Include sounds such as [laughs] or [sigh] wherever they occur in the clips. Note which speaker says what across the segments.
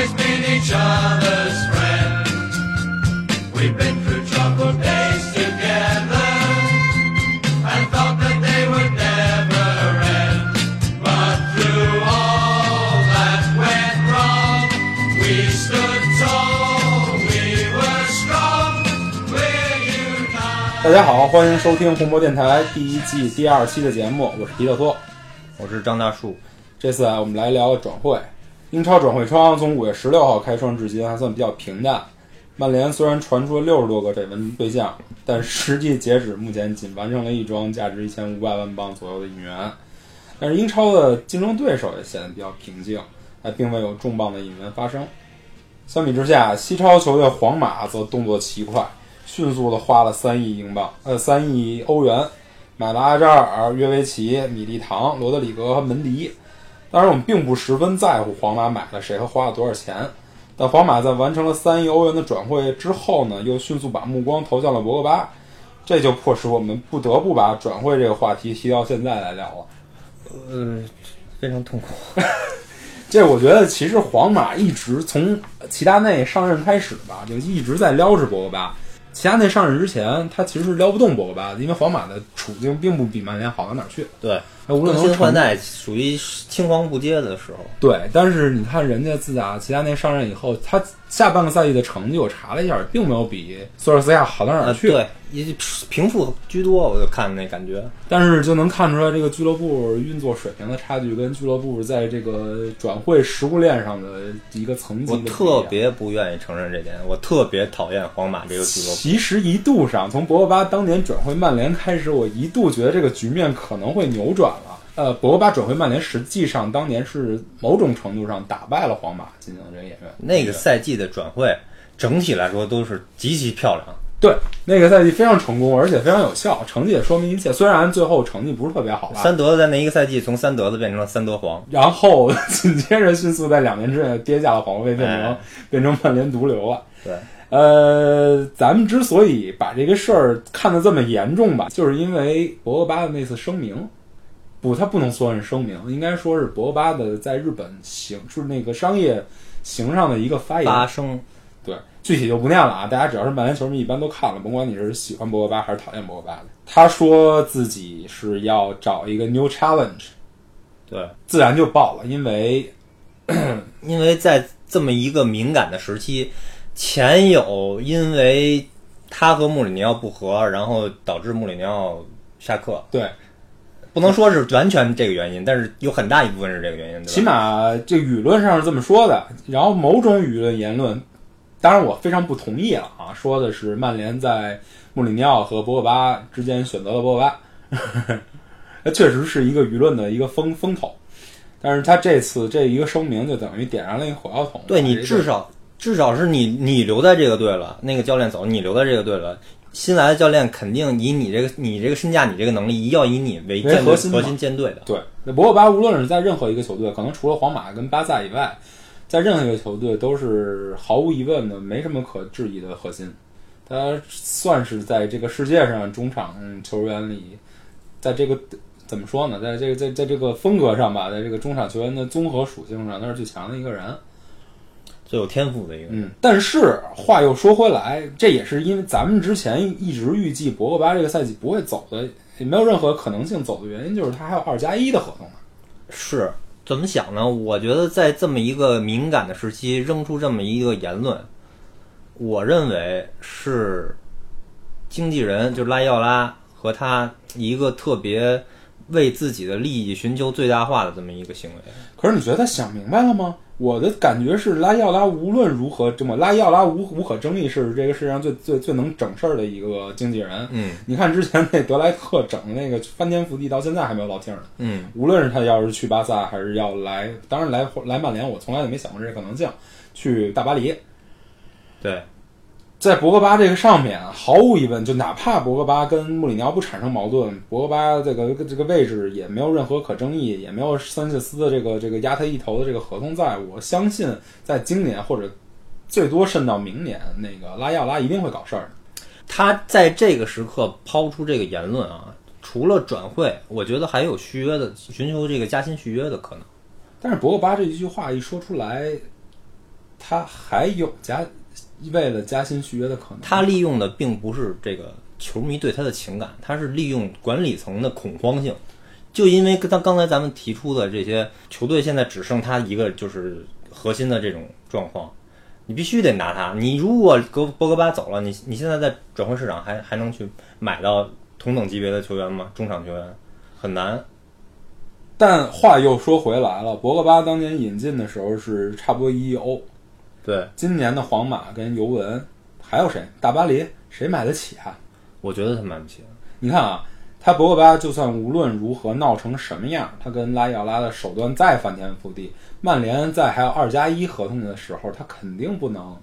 Speaker 1: each other's friend. We've been through troubled days together and thought that they would never end. But through all that went wrong, we stood tall, we were strong, we're united.
Speaker 2: 大家好，欢迎收听红魔电台第一季第二期的节目，我是皮特托。
Speaker 3: 我是张大树，
Speaker 2: 这次啊，我们来聊转会。英超转会窗从五月十六号开窗至今还算比较平淡。曼联虽然传出了六十多个绯闻对象，但实际截止目前仅完成了一桩价值一千五百万镑左右的引援。但是英超的竞争对手也显得比较平静，还并未有重磅的引援发生。相比之下，西超球队皇马则动作奇快，迅速的花了三亿英镑，呃，三亿欧元买了阿扎尔、约维奇、米利唐、罗德里格和门迪。当然，我们并不十分在乎皇马买了谁和花了多少钱。但皇马在完成了三亿欧元的转会之后呢，又迅速把目光投向了博格巴，这就迫使我们不得不把转会这个话题提到现在来聊了。
Speaker 3: 呃，非常痛苦。
Speaker 2: 这我觉得其实皇马一直从齐达内上任开始吧，就一直在撩着博格巴。齐达内上任之前，他其实是撩不动博格巴的，因为皇马的处境并不比曼联好到哪儿去。
Speaker 3: 对，
Speaker 2: 哎无论
Speaker 3: 更
Speaker 2: 从
Speaker 3: 新换
Speaker 2: 成
Speaker 3: 代属于青黄不接的时候。
Speaker 2: 对，但是你看人家自打齐达内上任以后，他下半个赛季的成绩我查了一下，并没有比索尔斯克亚好到哪
Speaker 3: 啊，
Speaker 2: 儿去。
Speaker 3: 对，也平负居多，我就看那感觉。
Speaker 2: 但是就能看出来这个俱乐部运作水平的差距，跟俱乐部在这个转会食物链上的一个层级
Speaker 3: 我
Speaker 2: 的不一样
Speaker 3: 特。别不愿意承认这点，我特别讨厌皇马这个俱乐部。
Speaker 2: 其实一度上，从博格巴当年转会曼联开始，我一度觉得这个局面可能会扭转了。呃，博格巴转会曼联，实际上当年是某种程度上打败了皇马进行这个演员。
Speaker 3: 那个赛季的转会整体来说都是极其漂亮。
Speaker 2: 对，那个赛季非常成功，而且非常有效，成绩也说明一切。虽然最后成绩不是特别好吧，
Speaker 3: 三德子在那一个赛季从三德子变成了三德皇，
Speaker 2: 然后 [laughs] 紧接着迅速在两年之内跌下了皇位，变成
Speaker 3: 哎
Speaker 2: 变成曼联毒瘤了。
Speaker 3: 对，
Speaker 2: 呃，咱们之所以把这个事儿看得这么严重吧，就是因为博格巴的那次声明，不，他不能算是声明，应该说是博格巴的在日本行，就是那个商业行上的一个发言。
Speaker 3: 八升
Speaker 2: 对，具体就不念了啊，大家只要是曼联球迷，一般都看了，甭管你是喜欢博格巴还是讨厌博格巴的。他说自己是要找一个 new challenge，
Speaker 3: 对，
Speaker 2: 自然就爆了，因为
Speaker 3: 因为在这么一个敏感的时期，前有因为他和穆里尼奥不和，然后导致穆里尼奥下课，
Speaker 2: 对，
Speaker 3: 不能说是完全这个原因，但是有很大一部分是这个原因，对吧
Speaker 2: 起码这舆论上是这么说的，然后某种舆论言论，当然我非常不同意了啊，说的是曼联在穆里尼奥和博格巴之间选择了博格巴， [laughs] 那确实是一个舆论的一个风风头，但是他这次这一个声明就等于点燃了一个火药桶，
Speaker 3: 对你
Speaker 2: 这个
Speaker 3: 至少至少是你你留在这个队了，那个教练走，你留在这个队了。新来的教练肯定以你这个你这个身价、你这个能力，一定要以你为
Speaker 2: 为
Speaker 3: 舰队
Speaker 2: 核心嘛
Speaker 3: 核心舰队的。
Speaker 2: 对，那博格巴无论是在任何一个球队，可能除了皇马跟巴萨以外，在任何一个球队都是毫无疑问的，没什么可质疑的核心。他算是在这个世界上中场嗯球员里，在这个怎么说呢，在这个在在这个风格上吧，在这个中场球员的综合属性上，他是最强的一个人。
Speaker 3: 最有天赋的一个人。
Speaker 2: 嗯，但是话又说回来，这也是因为咱们之前一直预计博格巴这个赛季不会走的，也没有任何可能性走的原因，就是他还有二加一的合同嘛。
Speaker 3: 是怎么想呢？我觉得在这么一个敏感的时期扔出这么一个言论，我认为是经纪人就是拉伊奥拉和他一个特别为自己的利益寻求最大化的这么一个行为。
Speaker 2: 可是你觉得他想明白了吗？我的感觉是，拉伊奥拉无论如何这么，拉伊奥拉无无可争议是这个世界上最最最能整事儿的一个经纪人。
Speaker 3: 嗯
Speaker 2: 你看之前那德莱克整的那个翻天覆地，到现在还没有落听呢。
Speaker 3: 嗯，
Speaker 2: 无论是他要是去巴萨，还是要来，当然来来曼联，我从来就没想过这个可能性。去大巴黎，
Speaker 3: 对，
Speaker 2: 在博格巴这个上面，啊毫无疑问，就哪怕博格巴跟穆里尼奥不产生矛盾，博格巴这个这个位置也没有任何可争议，也没有桑切斯的这个这个压他一头的这个合同在，我相信在今年或者最多甚到明年，那个拉亚拉一定会搞事儿。
Speaker 3: 他在这个时刻抛出这个言论啊，除了转会，我觉得还有续约的，寻求这个加薪续约的可能。
Speaker 2: 但是博格巴这一句话一说出来，他还有加一味的加薪续约的可能。
Speaker 3: 他利用的并不是这个球迷对他的情感，他是利用管理层的恐慌性。就因为刚刚才咱们提出的这些球队现在只剩他一个就是核心的这种状况，你必须得拿他。你如果格博格巴走了，你你现在在转会市场还还能去买到同等级别的球员吗？中场球员很难。
Speaker 2: 但话又说回来了，博格巴当年引进的时候是差不多一亿欧，
Speaker 3: 对，
Speaker 2: 今年的皇马跟尤文还有谁？大巴黎谁买得起啊？
Speaker 3: 我觉得他买不起。
Speaker 2: 你看啊，他博格巴就算无论如何闹成什么样，他跟拉伊奥拉的手段再翻天覆地，曼联在还有二加一合同的时候，他肯定不能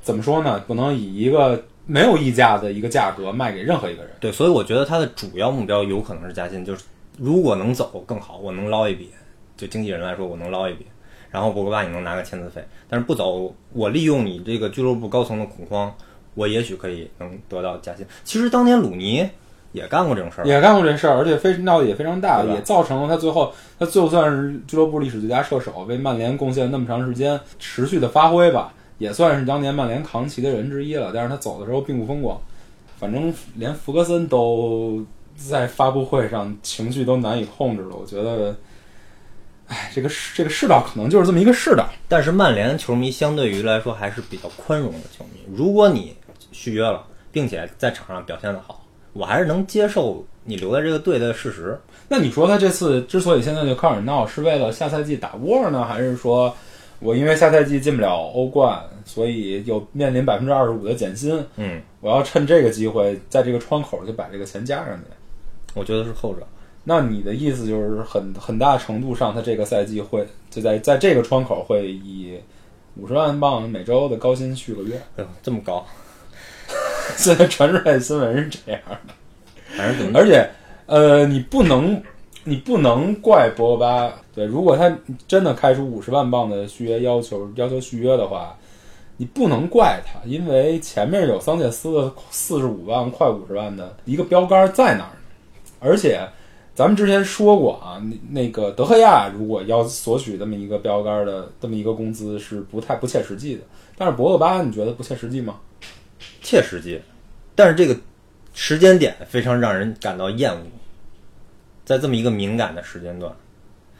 Speaker 2: 怎么说呢？不能以一个没有溢价的一个价格卖给任何一个人。
Speaker 3: 对，所以我觉得他的主要目标有可能是加薪，就是如果能走更好，我能捞一笔。就经纪人来说，我能捞一笔，然后博格巴也能拿个签字费。但是不走，我利用你这个俱乐部高层的恐慌，我也许可以能得到加薪。其实当年鲁尼也干过这种事儿，
Speaker 2: 也干过这事儿，而且非闹得也非常大，
Speaker 3: 对吧
Speaker 2: 也造成了他最后他就算是俱乐部历史最佳射手，为曼联贡献那么长时间持续的发挥吧，也算是当年曼联扛旗的人之一了。但是他走的时候并不风光，反正连福格森都在发布会上情绪都难以控制了。我觉得，哎，这个世这个世道可能就是这么一个世道。
Speaker 3: 但是曼联球迷相对于来说还是比较宽容的球迷。如果你续约了，并且在场上表现得好，我还是能接受你留在这个队的事实。
Speaker 2: 那你说他这次之所以现在就开始闹，是为了下赛季打窝呢，还是说我因为下赛季进不了欧冠，所以有面临百分之二十五的减薪，
Speaker 3: 嗯，
Speaker 2: 我要趁这个机会，在这个窗口就把这个钱加上去？
Speaker 3: 我觉得是后者。
Speaker 2: 那你的意思就是很很大程度上，他这个赛季会就在在这个窗口会以五十万镑每周的高薪续个约。 [laughs]
Speaker 3: 哎呦，这么高，
Speaker 2: 现在传出来的新闻是这样。
Speaker 3: 反正怎么
Speaker 2: 而且，呃，你不能，你不能怪博格巴。对，如果他真的开出五十万镑的续约要求，要求续约的话，你不能怪他，因为前面有桑切斯的四十五万、快五十万的一个标杆在那儿呢。而且，咱们之前说过啊，那那个德赫亚如果要索取这么一个标杆的这么一个工资是不太不切实际的。但是博格巴，你觉得不切实际吗？
Speaker 3: 切实际，但是这个时间点非常让人感到厌恶。在这么一个敏感的时间段，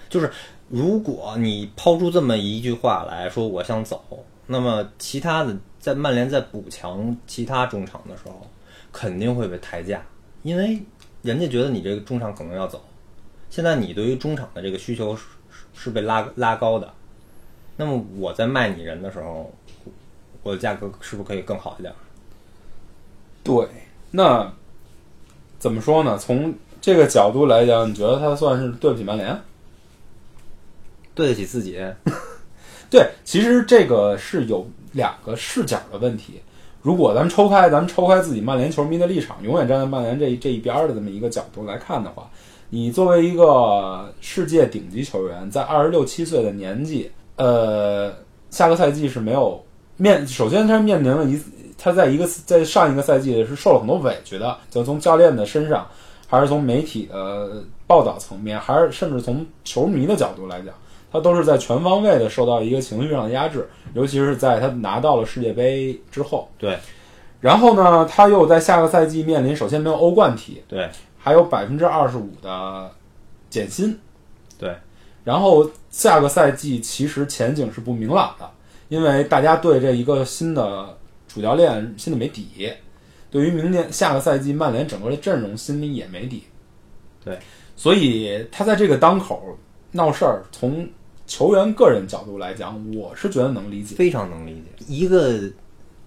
Speaker 3: 就是如果你抛出这么一句话来说我想走，那么其他的在曼联在补强其他中场的时候，肯定会被抬价，因为人家觉得你这个中场可能要走。现在你对于中场的这个需求是是是被拉拉高的，那么我在卖你人的时候，我的价格是不是可以更好一点？
Speaker 2: 对，那怎么说呢？从这个角度来讲，你觉得他算是对不起曼联？
Speaker 3: 对得起自 [laughs] 己。
Speaker 2: 对，其实这个是有两个视角的问题。如果咱们抽开，咱们抽开自己曼联球迷的立场，永远站在曼联这这一边儿的这么一个角度来看的话，你作为一个世界顶级球员，在二十六七岁的年纪，呃，下个赛季是没有面，首先他面临了一，他在一个在上一个赛季是受了很多委屈的，就从教练的身上，还是从媒体的报道层面，还是甚至从球迷的角度来讲。他都是在全方位的受到一个情绪上的压制，尤其是在他拿到了世界杯之后。
Speaker 3: 对
Speaker 2: 然后呢，他又在下个赛季面临首先没有欧冠踢，
Speaker 3: 对
Speaker 2: 还有百分之二十五的减薪，
Speaker 3: 对，
Speaker 2: 然后下个赛季其实前景是不明朗的，因为大家对这一个新的主教练心里没底，对于明年下个赛季曼联整个的阵容心里也没底。
Speaker 3: 对，
Speaker 2: 所以他在这个当口闹事儿，从球员个人角度来讲，我是觉得能理解。
Speaker 3: 非常能理解。一个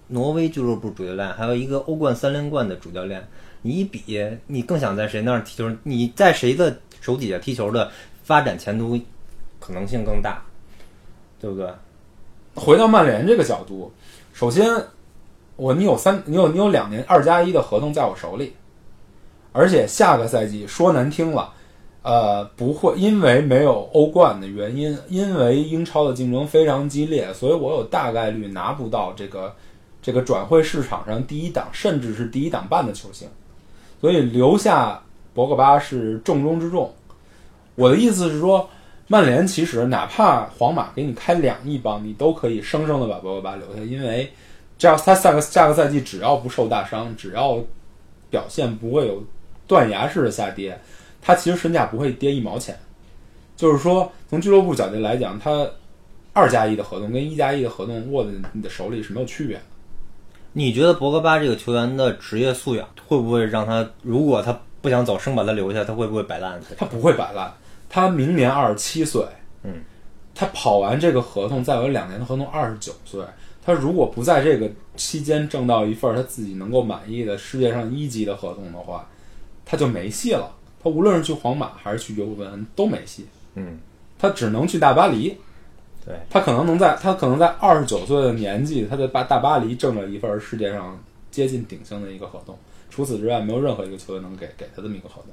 Speaker 3: 挪威俱乐部主教练，还有一个欧冠三连冠的主教练，你一比，你更想在谁那儿踢球？你在谁的手底下踢球的发展前途可能性更大，对不对？
Speaker 2: 回到曼联这个角度，首先，我你有三，你有你有两年二加一的合同在我手里，而且下个赛季说难听了，呃，不会因为没有欧冠的原因，因为英超的竞争非常激烈，所以我有大概率拿不到这个这个转会市场上第一档，甚至是第一档半的球星，所以留下博格巴是重中之重。我的意思是说，曼联其实哪怕皇马给你开两亿镑，你都可以生生的把博格巴留下，因为这样他下个下个赛季只要不受大伤，只要表现不会有断崖式的下跌，他其实身价不会跌一毛钱。就是说，从俱乐部角度来讲，他二加一的合同跟一加一的合同握在你的手里是没有区别的。
Speaker 3: 你觉得博格巴这个球员的职业素养会不会让他，如果他不想走，生把他留下，他会不会摆烂？
Speaker 2: 他不会摆烂，他明年二十七岁，
Speaker 3: 嗯，
Speaker 2: 他跑完这个合同，再有两年的合同，二十九岁。他如果不在这个期间挣到一份他自己能够满意的世界上一级的合同的话，他就没戏了。他无论是去皇马还是去尤文都没戏，
Speaker 3: 嗯，
Speaker 2: 他只能去大巴黎。
Speaker 3: 对，
Speaker 2: 他可能能在他可能在二十九岁的年纪，他在巴大巴黎挣了一份世界上接近顶薪的一个合同。除此之外，没有任何一个球队能给给他这么一个合同。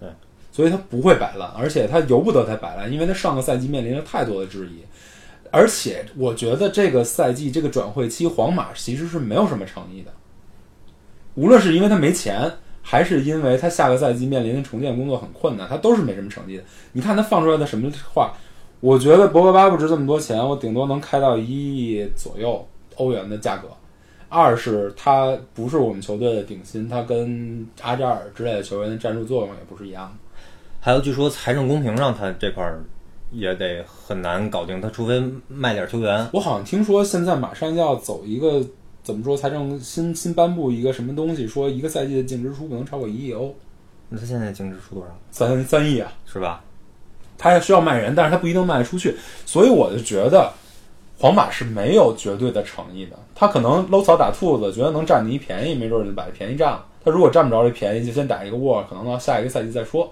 Speaker 3: 对，
Speaker 2: 所以他不会摆烂，而且他由不得他摆烂，因为他上个赛季面临着太多的质疑。而且我觉得这个赛季这个转会期，皇马其实是没有什么诚意的。无论是因为他没钱，还是因为他下个赛季面临的重建工作很困难，他都是没什么成绩的。你看他放出来的什么话？我觉得博格巴不值这么多钱，我顶多能开到一亿左右欧元的价格。二是他不是我们球队的顶薪，他跟阿扎尔之类的球员的战术作用也不是一样的。
Speaker 3: 还有，据说财政公平上他这块儿也得很难搞定，他除非卖点球员。
Speaker 2: 我好像听说现在马上要走一个怎么说，财政新新颁布一个什么东西，说一个赛季的净支出不能超过一亿欧，
Speaker 3: 那他现在净支出多少？
Speaker 2: 三三亿啊，
Speaker 3: 是吧？
Speaker 2: 他需要卖人，但是他不一定卖得出去，所以我就觉得皇马是没有绝对的诚意的，他可能搂草打兔子，觉得能占你一便宜，没准就把这便宜占了。他如果占不着这便宜，就先打一个窝，可能到下一个赛季再说。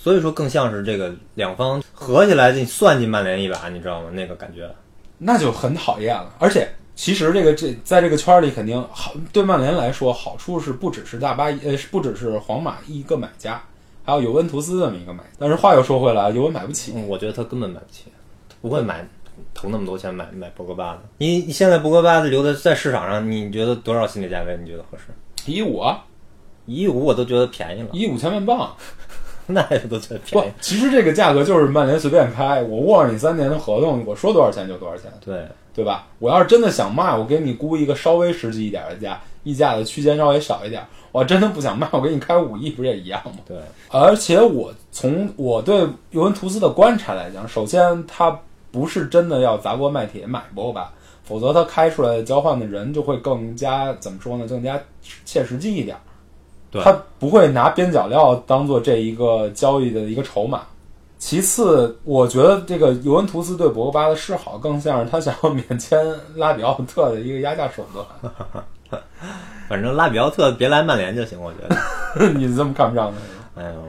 Speaker 3: 所以说，更像是这个两方合起来，你算计曼联一把，你知道吗？那个感觉。
Speaker 2: 那就很讨厌了。而且其实这个这在这个圈儿里，肯定好对曼联来说好处是不只是大巴呃是不只是皇马一个买家，还有尤文图斯这么一个买家。但是话又说回来，尤文买不起，
Speaker 3: 嗯，我觉得他根本买不起，他不会买投那么多钱买买博格巴的。你你现在博格巴留在在市场上，你觉得多少心理价位你觉得合适？
Speaker 2: 一亿五啊，
Speaker 3: 一亿五我都觉得便宜了，
Speaker 2: 一亿五千万镑。
Speaker 3: 那也都觉得便
Speaker 2: 不
Speaker 3: 宜。，
Speaker 2: 其实这个价格就是曼联随便开，我握着你三年的合同，我说多少钱就多少钱，
Speaker 3: 对，
Speaker 2: 对吧？我要是真的想卖，我给你估一个稍微实际一点的价，溢价的区间稍微少一点。我真的不想卖，我给你开五亿，不是也一样吗？
Speaker 3: 对，
Speaker 2: 而且我从我对尤文图斯的观察来讲，首先他不是真的要砸锅卖铁买博格巴，否则他开出来的交换的人就会更加怎么说呢？更加切实际一点。
Speaker 3: 对
Speaker 2: 他不会拿边角料当做这一个交易的一个筹码。其次，我觉得这个尤文图斯对博格巴的示好，更像是他想要免签拉比奥特的一个压价手段。 [laughs]
Speaker 3: 反正拉比奥特别来曼联就行，我觉得。
Speaker 2: 你这么看不上他？
Speaker 3: 哎呦，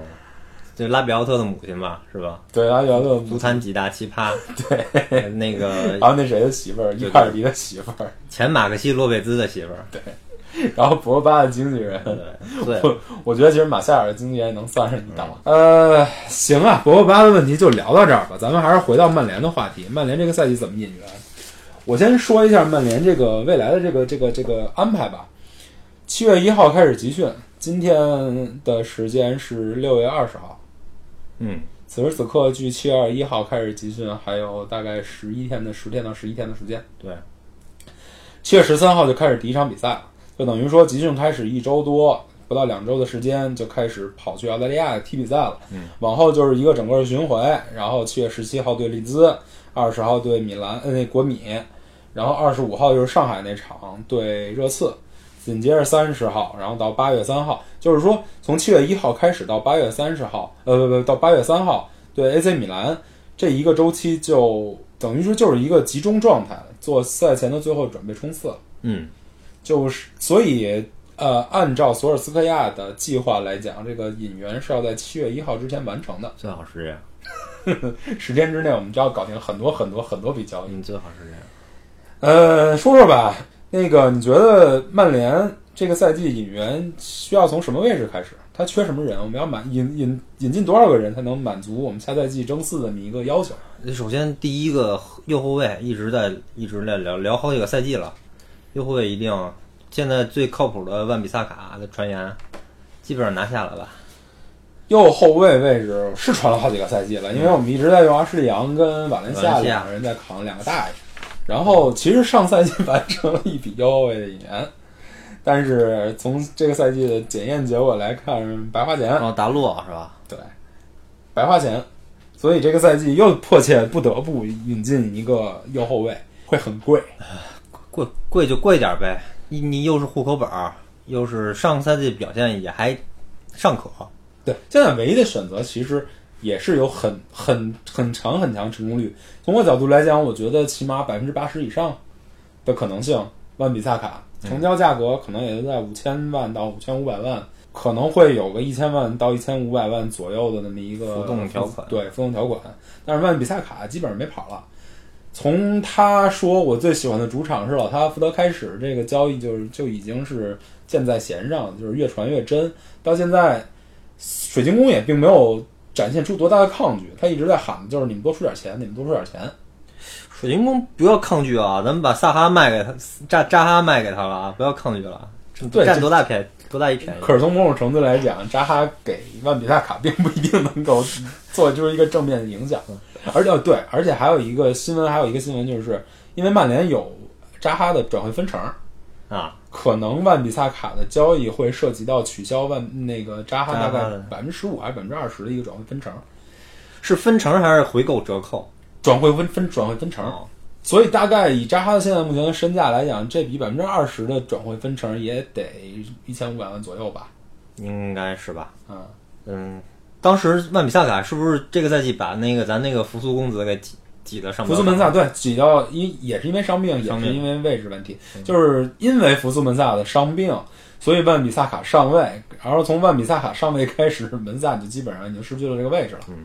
Speaker 3: 这拉比奥特的母亲吧，是吧？
Speaker 2: 对，拉比奥特
Speaker 3: 足
Speaker 2: 不
Speaker 3: 坛几大奇葩。对，那个
Speaker 2: [laughs] 还有那谁的媳妇儿，伊卡尔迪的媳妇儿，
Speaker 3: 前马克西洛贝兹的媳妇儿。
Speaker 2: 然后博格巴的经纪人。
Speaker 3: 对对，
Speaker 2: 我我觉得其实马夏尔的经纪人也能算是一档。呃，行啊，博格巴的问题就聊到这儿吧，咱们还是回到曼联的话题。曼联这个赛季怎么引援？我先说一下曼联这个未来的这个这个这个安排吧。七月一号开始集训，今天的时间是六月二十号。
Speaker 3: 嗯，
Speaker 2: 此时此刻，距七月二十一号开始集训还有大概十一天的十天到十一天的时间。
Speaker 3: 对，
Speaker 2: 七月十三号就开始第一场比赛了，就等于说集训开始一周多，不到两周的时间就开始跑去澳大利亚踢比赛了。
Speaker 3: 嗯，
Speaker 2: 往后就是一个整个的巡回，然后七月十七号对利兹，二十号对米兰，呃，那国米，然后二十五号就是上海那场对热刺，紧接着三十号，然后到八月三号，就是说从七月一号开始到八月三十号，呃不不，到八月三号对 AC 米兰这一个周期就等于说就是一个集中状态，做赛前的最后准备冲刺。
Speaker 3: 嗯，
Speaker 2: 就是所以呃，按照索尔斯克亚的计划来讲，这个引援是要在七月一号之前完成的，
Speaker 3: 最好是这样，
Speaker 2: 时间之内我们就要搞定很多很多很多笔交易。
Speaker 3: 嗯，最好是这样。
Speaker 2: 呃，说说吧，那个你觉得曼联这个赛季引援需要从什么位置开始？他缺什么人？我们要满引引引进多少个人才能满足我们下赛季争四的这么一个要求？
Speaker 3: 首先，第一个右后卫一直在一直在聊聊好几个赛季了，右后卫一定现在最靠谱的万比萨卡的传言，基本上拿下了吧？
Speaker 2: 右后卫位置是传了好几个赛季了，因为我们一直在用阿什利杨跟瓦伦西
Speaker 3: 瓦
Speaker 2: 亚
Speaker 3: 伦西亚
Speaker 2: 两个人在扛两个大爷。然后其实上赛季完成了一笔右后卫的引援， [laughs] 但是从这个赛季的检验结果来看，白花钱。
Speaker 3: 然后达洛是吧？
Speaker 2: 对，白花钱。所以这个赛季又迫切不得不引进一个右后卫，会很贵。
Speaker 3: 贵贵就贵点呗，你你又是户口本儿，又是上赛季表现也还尚可，
Speaker 2: 对，现在唯一的选择其实也是有很很很长很强成功率。从我角度来讲，我觉得起码百分之八十以上的可能性，万比萨卡
Speaker 3: 嗯
Speaker 2: 成交价格可能也就在五千万到五千五百万，可能会有个一千万到一千五百万左右的那么一个
Speaker 3: 浮动条款
Speaker 2: 对，浮动条款。但是万比萨卡基本上没跑了。从他说我最喜欢的主场是老特拉福德开始，这个交易就是就已经是箭在弦上，就是越传越真。到现在，水晶宫也并没有展现出多大的抗拒，他一直在喊的就是你们多出点钱，你们多出点钱。
Speaker 3: 水晶宫不要抗拒啊，咱们把萨哈卖给他，扎扎哈卖给他了啊，不要抗拒了，这
Speaker 2: 对
Speaker 3: 占
Speaker 2: 这
Speaker 3: 多大便宜多大一便宜？
Speaker 2: 可是从某种程度来讲，扎哈给万比萨卡并不一定能够做出一个正面的影响。而且哦对，而且还有一个新闻，还有一个新闻就是因为曼联有扎哈的转会分成，
Speaker 3: 啊，
Speaker 2: 可能万比萨卡的交易会涉及到取消万那个扎哈大
Speaker 3: 扎
Speaker 2: 概
Speaker 3: 哈的
Speaker 2: 百分之十五还是百分之二十的一个转会分成，
Speaker 3: 是分成还是回购折扣？
Speaker 2: 转会分分转会分成。
Speaker 3: 哦
Speaker 2: 所以大概以扎哈现在目前的身价来讲，这笔百分之二十的转会分成也得一千五百万左右吧。
Speaker 3: 应该是吧？
Speaker 2: 嗯，
Speaker 3: 嗯，当时万比萨卡是不是这个赛季把那个咱那个福苏公子给挤挤的上不
Speaker 2: 福
Speaker 3: 了
Speaker 2: 苏门萨对挤到因也是因为伤病，也
Speaker 3: 伤
Speaker 2: 是
Speaker 3: 病嗯
Speaker 2: 因为位置问题，就是因为福苏门萨的伤病，所以万比萨卡上位，然后从万比萨卡上位开始，门萨就基本上已经失去了这个位置了。
Speaker 3: 嗯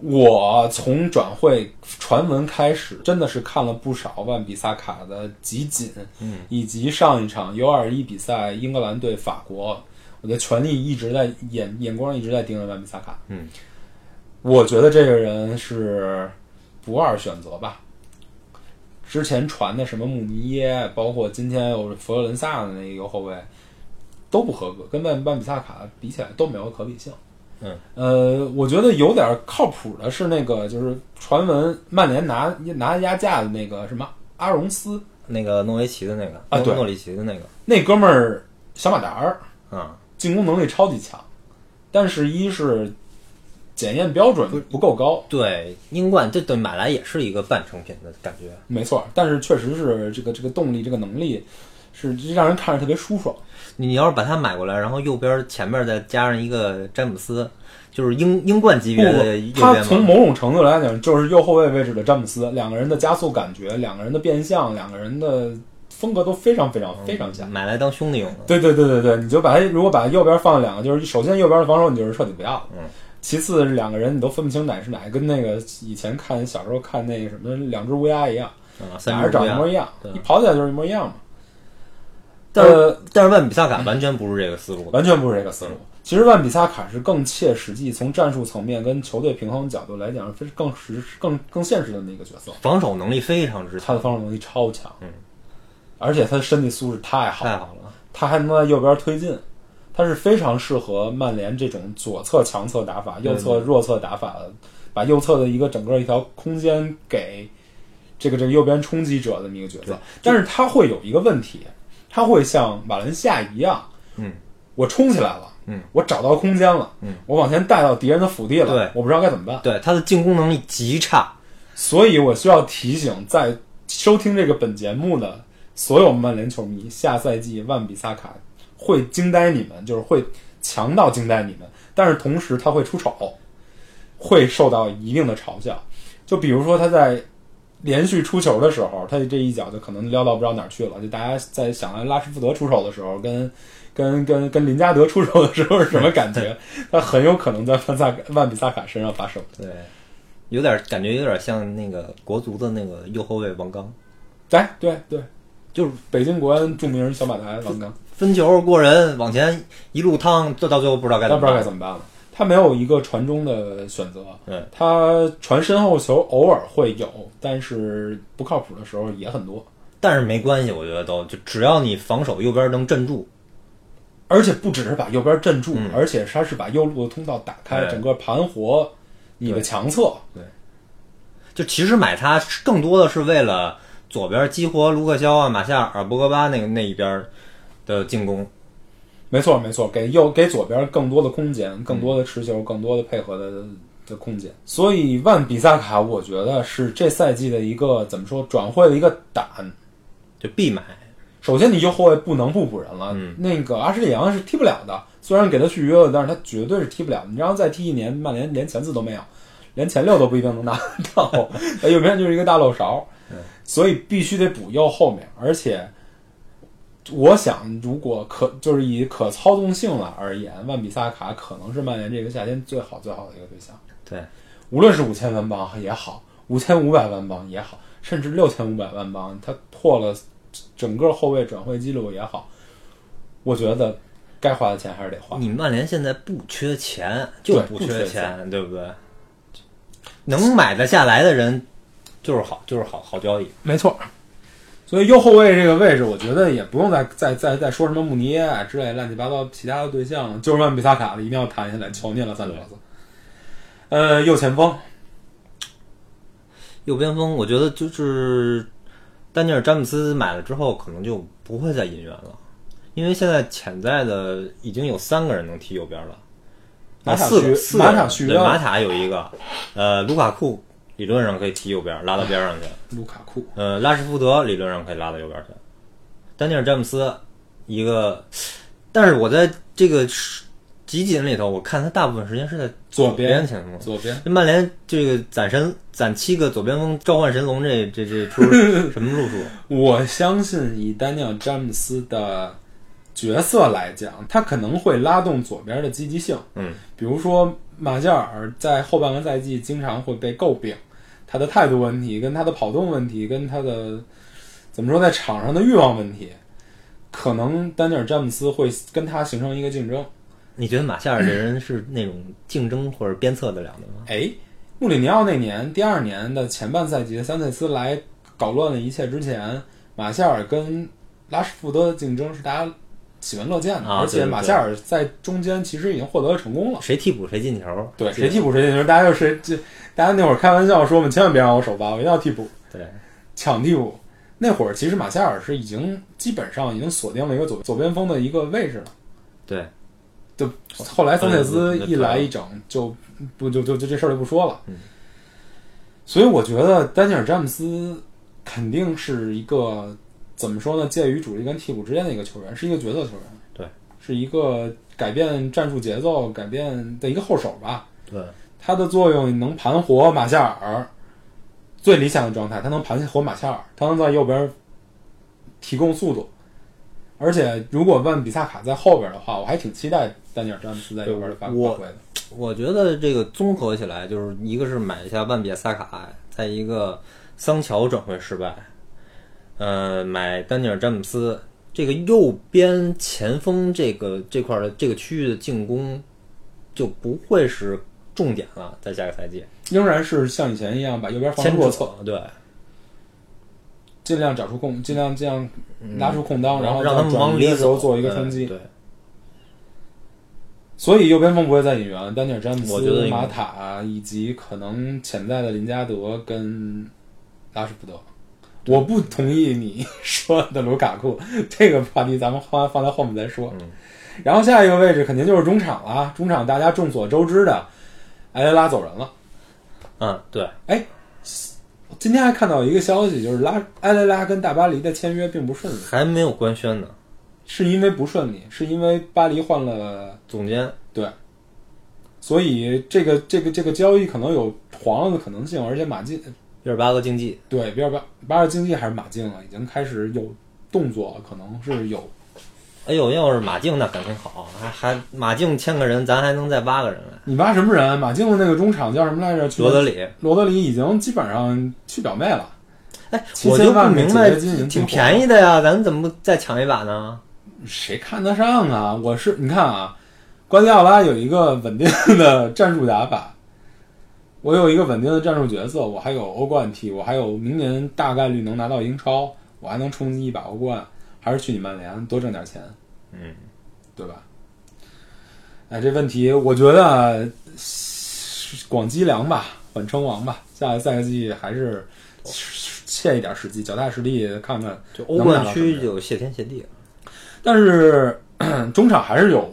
Speaker 2: 我从转会传闻开始，真的是看了不少万比萨卡的集锦，
Speaker 3: 嗯，
Speaker 2: 以及上一场 U 二一比赛英格兰对法国，我的全力一直在眼眼光一直在盯着万比萨卡，
Speaker 3: 嗯，
Speaker 2: 我觉得这个人是不二选择吧。之前传的什么穆尼耶，包括今天有佛罗伦萨的那一个后卫，都不合格，跟万万比萨卡比起来都没有可比性。
Speaker 3: 嗯，
Speaker 2: 呃，我觉得有点靠谱的是那个，就是传闻曼联拿拿压价的那个什么阿荣斯，
Speaker 3: 那个诺维奇的那个
Speaker 2: 啊对
Speaker 3: 诺诺里奇的那个
Speaker 2: 那哥们儿小马达儿，
Speaker 3: 啊，
Speaker 2: 进攻能力超级强，但是一是检验标准不够高，
Speaker 3: 对，英冠这对买来也是一个半成品的感觉。
Speaker 2: 没错，但是确实是这个这个动力这个能力是让人看着特别舒爽。
Speaker 3: 你要是把它买过来，然后右边前面再加上一个詹姆斯，就是英英冠级别的右
Speaker 2: 不，他从
Speaker 3: 边嘛。
Speaker 2: 某种程度来讲，就是右后卫位置的詹姆斯，两个人的加速感觉，两个人的变向，两个人的风格都非常非常
Speaker 3: 嗯
Speaker 2: 非常像。
Speaker 3: 买来当兄弟用的，
Speaker 2: 对对对对对，你就把他如果把右边放两个，就是首先右边的防守你就是彻底不要了，
Speaker 3: 嗯，
Speaker 2: 其次两个人你都分不清哪是哪，跟那个以前看小时候看那个什么两只乌鸦一样，
Speaker 3: 啊，三
Speaker 2: 俩人
Speaker 3: 只乌
Speaker 2: 长一
Speaker 3: 鸦
Speaker 2: 模一样，
Speaker 3: 对
Speaker 2: 一跑起来就是一模一样嘛。
Speaker 3: 但是、
Speaker 2: 呃
Speaker 3: 但是万比萨卡完全不是这个思路，
Speaker 2: 完全不是这个思路。
Speaker 3: 嗯
Speaker 2: 其实万比萨卡是更切实际，从战术层面跟球队平衡角度来讲，是更实、更更现实的那个角色。
Speaker 3: 防守能力非常之强，
Speaker 2: 他的防守能力超强，
Speaker 3: 嗯，
Speaker 2: 而且他的身体素质太好，
Speaker 3: 太好了。
Speaker 2: 他还能在右边推进，他是非常适合曼联这种左侧强侧打法、
Speaker 3: 对
Speaker 2: 右侧弱侧打法，把右侧的一个整个一条空间给这个这个右边冲击者的那个角色。但是他会有一个问题，他会像瓦伦西亚一样，
Speaker 3: 嗯，
Speaker 2: 我冲起来了，
Speaker 3: 嗯，
Speaker 2: 我找到空间了，
Speaker 3: 嗯，
Speaker 2: 我往前带到敌人的腹地了，
Speaker 3: 对
Speaker 2: 我不知道该怎么办。
Speaker 3: 对他的进攻能力极差，
Speaker 2: 所以我需要提醒在收听这个本节目的所有曼联球迷，下赛季万比萨卡会惊呆你们，就是会强到惊呆你们，但是同时他会出丑，会受到一定的嘲笑。就比如说他在连续出球的时候，他这一脚就可能撩到不知道哪儿去了。就大家在想到拉什福德出手的时候，跟跟跟跟林加德出手的时候是什么感觉？他很有可能在万萨万比萨卡身上发生。
Speaker 3: 对，有点感觉有点像那个国足的那个右后卫王刚，
Speaker 2: 来，对对，
Speaker 3: 就是
Speaker 2: 北京国安著名小马台王刚，
Speaker 3: 分球过人，往前一路趟，这到最后不知道该
Speaker 2: 他
Speaker 3: 怎
Speaker 2: 不
Speaker 3: 么
Speaker 2: 知道该
Speaker 3: 办。
Speaker 2: 怎么办了。他没有一个传中的选择，
Speaker 3: 嗯，
Speaker 2: 他传身后球偶尔会有，但是不靠谱的时候也很多。
Speaker 3: 但是没关系，我觉得都就只要你防守右边能镇住，
Speaker 2: 而且不只是把右边镇住，
Speaker 3: 嗯
Speaker 2: 而且他是把右路的通道打开，
Speaker 3: 对
Speaker 2: 整个盘活你的强侧。
Speaker 3: 就其实买它是更多的是为了左边激活卢克肖啊、马夏尔、博格巴那个那一边的进攻。
Speaker 2: 没错，没错，给右给左边更多的空
Speaker 3: 嗯
Speaker 2: 间，更多的持球，更多的配合的的空间。所以万比萨卡，我觉得是这赛季的一个怎么说转会的一个胆。
Speaker 3: 就必买，
Speaker 2: 首先，你右后卫不能不补人了。
Speaker 3: 嗯
Speaker 2: 那个阿什利杨是踢不了的，虽然给他续约了，但是他绝对是踢不了。你让他再踢一年，曼联连前四都没有，连前六都不一定能拿到。 [laughs] 他右边就是一个大漏勺，所以必须得补右后面。而且，我想，如果可就是以可操纵性来而言，万比萨卡可能是曼联这个夏天最好最好的一个对象。
Speaker 3: 对，
Speaker 2: 无论是五千万镑也好，五千五百万镑也好，甚至六千五百万镑，他破了整个后卫转会记录也好，我觉得该花的钱还是得花。
Speaker 3: 你曼联现在不缺钱，就
Speaker 2: 对不缺
Speaker 3: 缺
Speaker 2: 钱
Speaker 3: 钱，对不对？能买得下来的人就是好，就是好好交易。
Speaker 2: 没错。所以右后卫这个位置，我觉得也不用再再再再说什么穆尼耶啊之类乱七八糟其他的对象了，就是万比萨卡了，一定要谈下来，求你了，三流子。呃，右前锋，
Speaker 3: 右边锋，我觉得就是丹尼尔·詹姆斯买了之后，可能就不会再引援了，因为现在潜在的已经有三个人能踢右边了，
Speaker 2: 马塔
Speaker 3: 啊四
Speaker 2: 续
Speaker 3: 个，四个
Speaker 2: 马
Speaker 3: 人
Speaker 2: 塔续约
Speaker 3: 对马
Speaker 2: 了
Speaker 3: 塔有一个，呃，卢卡库理论上可以踢右边，拉到边上去，
Speaker 2: 卢卡库，
Speaker 3: 呃，拉什福德理论上可以拉到右边去，丹尼尔·詹姆斯一个，但是我在这个集锦里头，我看他大部分时间是在
Speaker 2: 左边
Speaker 3: 边前锋，
Speaker 2: 左边
Speaker 3: 这曼联这个攒神攒七个左边锋召唤神龙这这这
Speaker 2: [laughs]
Speaker 3: 出什么路数？
Speaker 2: 我相信以丹尼尔·詹姆斯的角色来讲，他可能会拉动左边的积极性。
Speaker 3: 嗯，
Speaker 2: 比如说马夏尔在后半个赛季经常会被诟病，他的态度问题、跟他的跑动问题、跟他的怎么说在场上的欲望问题，可能丹尼尔·詹姆斯会跟他形成一个竞争。
Speaker 3: 你觉得马夏尔这人是那种竞争或者鞭策得了的吗？
Speaker 2: 哎，穆里尼奥那年第二年的前半赛季，桑切斯来搞乱了一切之前，马夏尔跟拉什福德的竞争是大家喜闻乐见的，
Speaker 3: 啊
Speaker 2: 而
Speaker 3: 对
Speaker 2: 且
Speaker 3: 对
Speaker 2: 马
Speaker 3: 对
Speaker 2: 夏尔在中间其实已经获得了成功了。
Speaker 3: 谁替补谁进球？
Speaker 2: 对，
Speaker 3: 记
Speaker 2: 谁
Speaker 3: 得
Speaker 2: 替补谁进球，大家就谁这，大家那会儿开玩笑说我们千万别让我首发，我一定要替补，
Speaker 3: 对，
Speaker 2: 抢替补。那会儿其实马夏尔是已经基本上已经锁定了一个左左边锋的一个位置了。
Speaker 3: 对，
Speaker 2: 就后来桑切斯
Speaker 3: 嗯嗯
Speaker 2: 一来一整就不就就就这事儿就不说了。所以我觉得丹尼尔詹姆斯肯定是一个怎么说呢，介于主力跟替补之间的一个球员，是一个角色球员，
Speaker 3: 对，
Speaker 2: 是一个改变战术节奏、改变的一个后手吧。
Speaker 3: 对，
Speaker 2: 他的作用能盘活马夏尔，最理想的状态，他能盘活马夏尔，他能在右边提供速度。而且，如果万比萨卡在后边的话，我还挺期待丹尼尔詹姆斯在右边的发发
Speaker 3: 我
Speaker 2: 挥的。
Speaker 3: 我觉得这个综合起来，就是一个是买一下万比萨卡，再一个呃桑乔转会失败，呃，买丹尼尔詹姆斯。这个右边前锋这个这块儿的这个区域的进攻就不会是重点了，在下个赛季
Speaker 2: 仍然是像以前一样，把右边放在
Speaker 3: 牵
Speaker 2: 弱
Speaker 3: 制
Speaker 2: 侧，
Speaker 3: 对，
Speaker 2: 尽量找出空，尽量尽量拉出空当，然后
Speaker 3: 让
Speaker 2: 在
Speaker 3: 他们
Speaker 2: 转
Speaker 3: 往
Speaker 2: 移
Speaker 3: 里
Speaker 2: 的时候做一个
Speaker 3: 嗯
Speaker 2: 冲击。
Speaker 3: 对，
Speaker 2: 所以右边锋不会再引援，丹尼尔詹姆斯、
Speaker 3: 我觉得应该
Speaker 2: 马塔以及可能潜在的林加德跟拉什福德。我不同意你说的卢卡库这个话题，咱们放放在后面再说。
Speaker 3: 嗯
Speaker 2: 然后下一个位置肯定就是中场了，啊中场大家众所周知的，埃雷拉走人了。
Speaker 3: 嗯，对，
Speaker 2: 今天还看到一个消息，就是拉埃雷拉跟大巴黎的签约并不顺利，
Speaker 3: 还没有官宣呢。
Speaker 2: 是因为不顺利，是因为巴黎换了
Speaker 3: 总监，
Speaker 2: 所以这个这个这个交易可能有黄了的可能性，而且马竞
Speaker 3: 一尔巴鄂竞技，
Speaker 2: 对比尔巴巴尔竞技还是马竞了，已经开始有动作了，可能是有
Speaker 3: 哎呦，要是马竞那肯定好，还还马竞签个人，咱还能再挖个人来。
Speaker 2: 你挖什么人？马竞的那个中场叫什么来着？去
Speaker 3: 罗德里，
Speaker 2: 罗德里已经基本上去表妹了，
Speaker 3: 哎，
Speaker 2: 7000
Speaker 3: 我就不
Speaker 2: 万美
Speaker 3: 明
Speaker 2: 金
Speaker 3: 白
Speaker 2: 的金银，
Speaker 3: 挺
Speaker 2: 进口
Speaker 3: 便宜的呀，咱怎么不再抢一把呢？
Speaker 2: 谁看得上啊？我是你看啊，瓜迪奥拉有一个稳定的战术打法，我有一个稳定的战术角色，我还有欧冠踢，我还有明年大概率能拿到英超，我还能冲击一把欧冠，还是去你曼联多挣点钱。
Speaker 3: 嗯，
Speaker 2: 对吧？哎，这问题我觉得嘶广积粮吧，本称王吧，下个赛季还是欠一点实际，脚踏实地看看。
Speaker 3: 就欧冠区就谢天谢地了。
Speaker 2: 但是 [clears throat] 咳中场还是有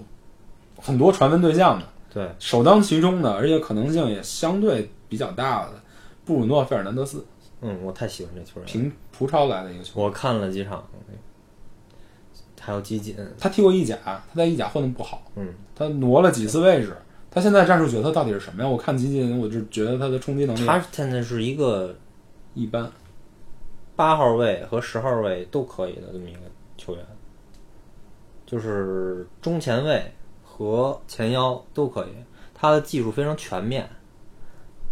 Speaker 2: 很多传闻对象的，
Speaker 3: 对，
Speaker 2: 首当其冲的，而且可能性也相对比较大的，布鲁诺·费尔南德斯，
Speaker 3: 嗯，我太喜欢这球员了，
Speaker 2: 凭葡超来的一个球员。
Speaker 3: 我看了几场，还有集锦，
Speaker 2: 他踢过意甲，他在意甲混的不好，
Speaker 3: 嗯，
Speaker 2: 他挪了几次位置，他现在战术角色到底是什么呀？我看集锦，我就觉得他的冲击能力
Speaker 3: 他现在是一个
Speaker 2: 一般。
Speaker 3: 八号位和十号位都可以的这么一个球员，就是中前卫和前腰都可以，他的技术非常全面。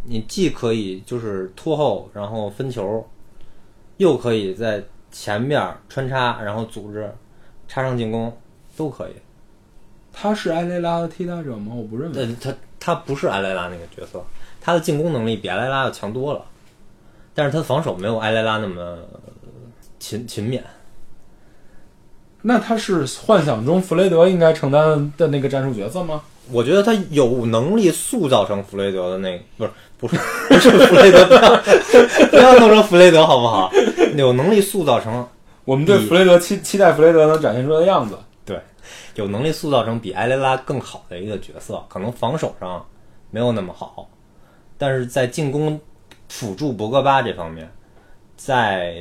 Speaker 3: 你既可以就是拖后，然后分球，又可以在前面穿插，然后组织插上进攻，都可以。
Speaker 2: 他是埃雷拉的替代者吗？我不认为。
Speaker 3: 但他他不是埃雷拉那个角色，他的进攻能力比埃雷拉要强多了，但是他防守没有埃雷拉那么勤勤勉。
Speaker 2: 那他是幻想中弗雷德应该承担的那个战术角色吗？
Speaker 3: 我觉得他有能力塑造成弗雷德的那个，不是不是 [laughs] 不是弗雷德，不要不要弄成弗雷德好不好？ [laughs] 有能力塑造成
Speaker 2: 我们对弗雷德期期待弗雷德能展现出来的样子。
Speaker 3: 对，有能力塑造成比埃雷拉更好的一个角色，可能防守上没有那么好，但是在进攻辅助博格巴这方面，在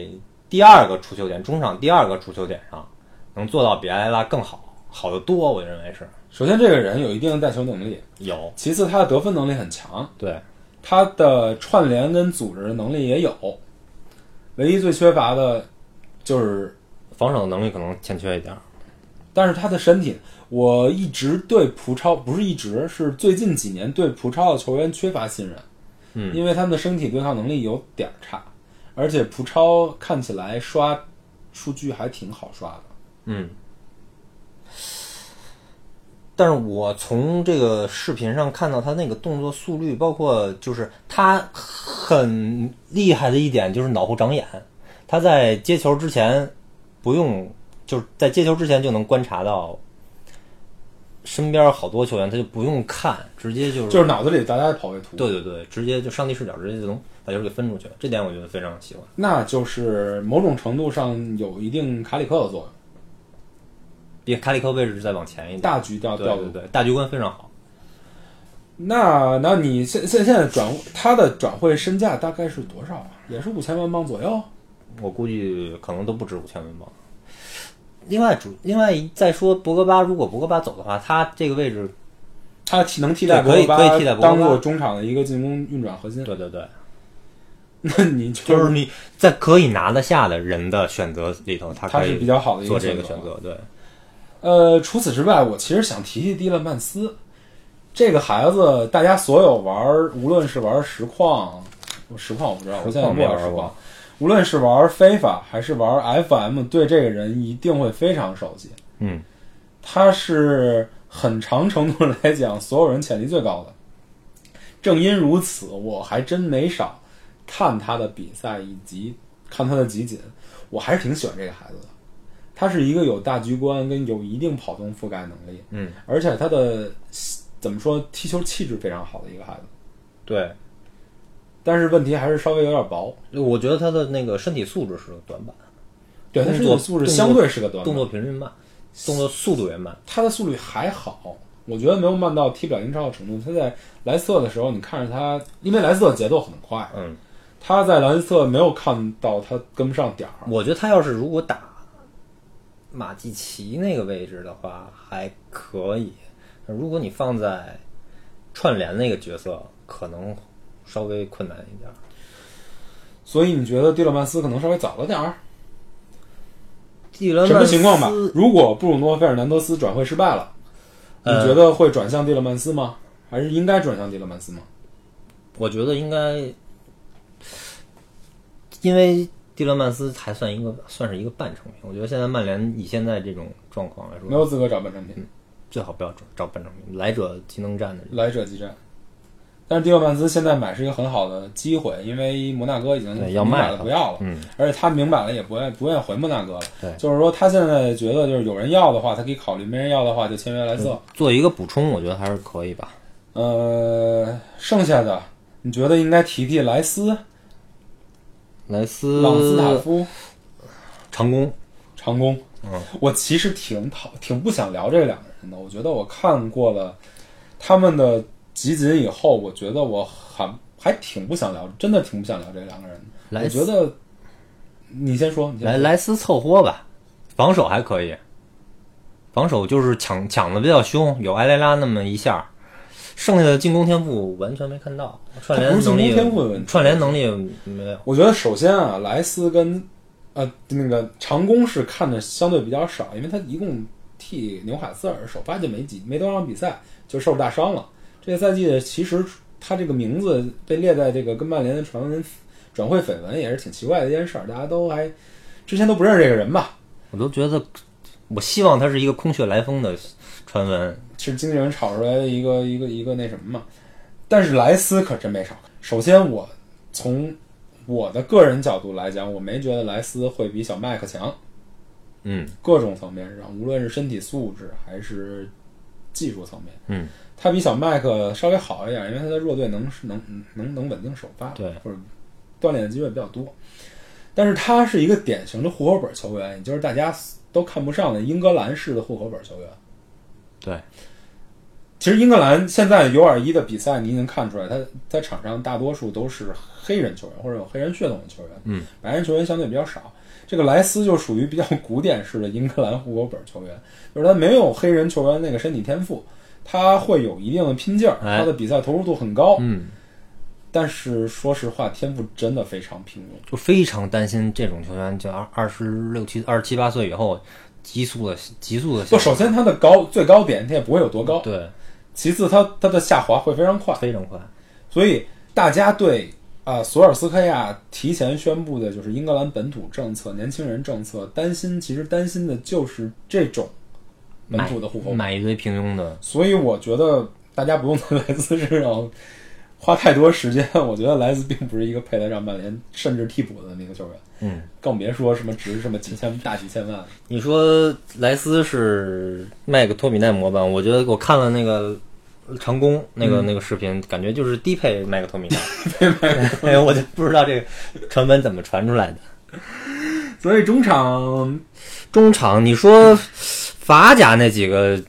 Speaker 3: 第二个出球点中场第二个出球点上能做到比埃雷拉更好，好得多，我认为是
Speaker 2: 首先，这个人有一定的带球能力，
Speaker 3: 有
Speaker 2: 其次他的得分能力很强，
Speaker 3: 对
Speaker 2: 他的串联跟组织能力也有。唯一最缺乏的就是
Speaker 3: 防守能力可能欠缺一点儿，
Speaker 2: 但是他的身体，我一直对葡超不是一直是最近几年对葡超的球员缺乏信任，
Speaker 3: 嗯
Speaker 2: 因为他们的身体对抗能力有点儿差，而且葡超看起来刷数据还挺好刷的，
Speaker 3: 嗯。但是我从这个视频上看到他那个动作速率，包括就是他很厉害的一点就是脑后长眼，他在接球之前不用，就是在接球之前就能观察到身边好多球员，他就不用看，直接就是
Speaker 2: 就是脑子里大家的跑位图，
Speaker 3: 对，对对，直接就上帝视角，直接就能把球给分出去，这点我觉得非常喜欢。
Speaker 2: 那就是某种程度上有一定卡里克的作用，
Speaker 3: 比卡里克位置再往前一点，
Speaker 2: 大局调
Speaker 3: 对
Speaker 2: 调度
Speaker 3: 对。对，大局观非常好。
Speaker 2: 那那你现现现在转他的转会身价大概是多少啊？也是五千万镑左右。
Speaker 3: 我估计可能都不止五千万镑。另外主，另外再说博格巴，如果博格巴走的话，他这个位置，
Speaker 2: 他替能替代
Speaker 3: 对可以
Speaker 2: 博格巴
Speaker 3: 可以替代博格巴
Speaker 2: 当做中场的一个进攻运转核心。
Speaker 3: 对对对，
Speaker 2: [laughs] 那你就
Speaker 3: 就是你在可以拿得下的人的选择里头，他
Speaker 2: 他
Speaker 3: 可
Speaker 2: 是
Speaker 3: 以
Speaker 2: 比较好的一
Speaker 3: 做
Speaker 2: 个
Speaker 3: 这
Speaker 2: 个
Speaker 3: 个选。择。对，
Speaker 2: 呃，除此之外，我其实想提提迪勒曼斯这个孩子，大家所有玩儿，无论是玩儿实况，实况我不知道，我
Speaker 3: 实
Speaker 2: 现在
Speaker 3: 况
Speaker 2: 没
Speaker 3: 没
Speaker 2: 玩
Speaker 3: 玩
Speaker 2: 儿实
Speaker 3: 过
Speaker 2: 况。无论是玩儿 FIFA 还是玩儿 FM，对这个人一定会非常熟悉。
Speaker 3: 嗯，
Speaker 2: 他是很长程度来讲，所有人潜力最高的。正因如此，我还真没少看他的比赛以及看他的集锦，我还是挺喜欢这个孩子的。他是一个有大局观跟有一定跑动覆盖能力，
Speaker 3: 嗯，
Speaker 2: 而且他的怎么说踢球气质非常好的一个孩子，
Speaker 3: 对，
Speaker 2: 但是问题还是稍微有点薄。
Speaker 3: 我觉得他的那个身体素质是个短板，
Speaker 2: 对，他
Speaker 3: 动
Speaker 2: 身
Speaker 3: 作
Speaker 2: 体素质
Speaker 3: 动作
Speaker 2: 相对是个短板
Speaker 3: 动，作频率慢，动作速度也慢。
Speaker 2: 他的速率还好，我觉得没有慢到踢不了英超的程度。他在莱斯特的时候，你看着他，因为莱斯特节奏很快，
Speaker 3: 嗯，
Speaker 2: 他在莱斯特没有看到他跟不上点儿。
Speaker 3: 我觉得他要是如果打马季奇那个位置的话，还可以；如果你放在串联那个角色，可能稍微困难一点。
Speaker 2: 所以你觉得蒂勒曼斯可能稍微早了点儿？
Speaker 3: 蒂勒曼
Speaker 2: 什
Speaker 3: 斯
Speaker 2: 么情况吧？如果布鲁诺·费尔南德斯转会失败了，你
Speaker 3: 呃
Speaker 2: 觉得会转向蒂勒曼斯吗？还是应该转向蒂勒曼斯吗？
Speaker 3: 我觉得应该，因为蒂勒曼斯还算一个算是一个半成品。我觉得现在曼联以现在这种状况来
Speaker 2: 没
Speaker 3: 说，
Speaker 2: 有资格找半成品，
Speaker 3: 最好不要找找半成品，来者即能战的人。
Speaker 2: 来者即战。但是迪奥曼斯现在买是一个很好的机会，因为摩纳哥已经
Speaker 3: 对要
Speaker 2: 明
Speaker 3: 卖
Speaker 2: 摆了
Speaker 3: 了
Speaker 2: 不要了，
Speaker 3: 嗯，
Speaker 2: 而且他明摆了也不愿不愿意回摩纳哥了。
Speaker 3: 对
Speaker 2: 就是说他现在觉得就是有人要的话，他可以考虑；没人要的话，就签约莱斯。
Speaker 3: 做一个补充，我觉得还是可以吧。嗯
Speaker 2: 呃，剩下的你觉得应该提提莱斯、
Speaker 3: 莱斯、
Speaker 2: 朗斯塔夫、
Speaker 3: 长工，
Speaker 2: 长工？嗯，我其实挺讨挺不想聊这两个人的。我觉得我看过了他们的集锦以后，我觉得我还还挺不想聊，真的挺不想聊这两个人的。
Speaker 3: 莱
Speaker 2: 我觉
Speaker 3: 斯
Speaker 2: 得你先说，你先
Speaker 3: 莱
Speaker 2: 说
Speaker 3: 莱斯凑合吧，防守还可以，防守就是抢抢的比较凶，有埃雷拉那么一下，剩下的进攻天赋完全没看到，串联
Speaker 2: 他
Speaker 3: 能
Speaker 2: 不是
Speaker 3: 力
Speaker 2: 进攻天赋的问题
Speaker 3: 串联能力没有。
Speaker 2: 我觉得首先啊，莱斯跟呃那个长工是看的相对比较少，因为他一共替纽卡斯尔首发就没几没多少比赛就受大伤了。这个赛季其实他这个名字被列在这个跟曼联的传闻转会绯闻也是挺奇怪的一件事儿，大家都还之前都不认识这个人吧？
Speaker 3: 我都觉得，我希望他是一个空穴来风的传闻。
Speaker 2: 是经纪人炒出来的一个一个一个那什么嘛。但是莱斯可真没少。首先，我从我的个人角度来讲，我没觉得莱斯会比小麦克强。
Speaker 3: 嗯，
Speaker 2: 各种层面上，无论是身体素质还是技术层面，
Speaker 3: 嗯，
Speaker 2: 他比小麦克稍微好一点，因为他在弱队能能能能稳定首发，
Speaker 3: 对
Speaker 2: 或者锻炼的机会比较多。但是他是一个典型的户口本球员，也就是大家都看不上的英格兰式的户口本球员。
Speaker 3: 对，
Speaker 2: 其实英格兰现在 U 二一的比赛，你已经看出来，他在场上大多数都是黑人球员或者有黑人血统的球员，
Speaker 3: 嗯，
Speaker 2: 白人球员相对比较少。这个莱斯就属于比较古典式的英格兰户口本球员，就是他没有黑人球员那个身体天赋，他会有一定的拼劲儿，
Speaker 3: 哎
Speaker 2: 他的比赛投入度很高，
Speaker 3: 嗯，
Speaker 2: 但是说实话，天赋真的非常平庸。
Speaker 3: 就非常担心这种球员，就二二十六七、二十七八岁以后，急速的急速的
Speaker 2: 就首先他的高最高点他也不会有多高，
Speaker 3: 对
Speaker 2: 其次他他的下滑会非常快，
Speaker 3: 非常快。
Speaker 2: 所以大家对啊、索尔斯克亚提前宣布的就是英格兰本土政策、年轻人政策，担心其实担心的就是这种本土的户口本。
Speaker 3: 买一堆平庸的，
Speaker 2: 所以我觉得大家不用在莱斯身上花太多时间。我觉得莱斯并不是一个配得上曼联甚至替补的那个球员，
Speaker 3: 嗯，
Speaker 2: 更别说什么值什么几千大几千万。
Speaker 3: 你说莱斯是卖给托比奈摩吧？我觉得我看了那个长工那
Speaker 2: 嗯
Speaker 3: 个、那个视频，感觉就是低配麦克托米
Speaker 2: [laughs]
Speaker 3: 奈，哎我就不知道这个传闻怎么传出来的。
Speaker 2: 所以中场
Speaker 3: 中场，你说法甲那几个，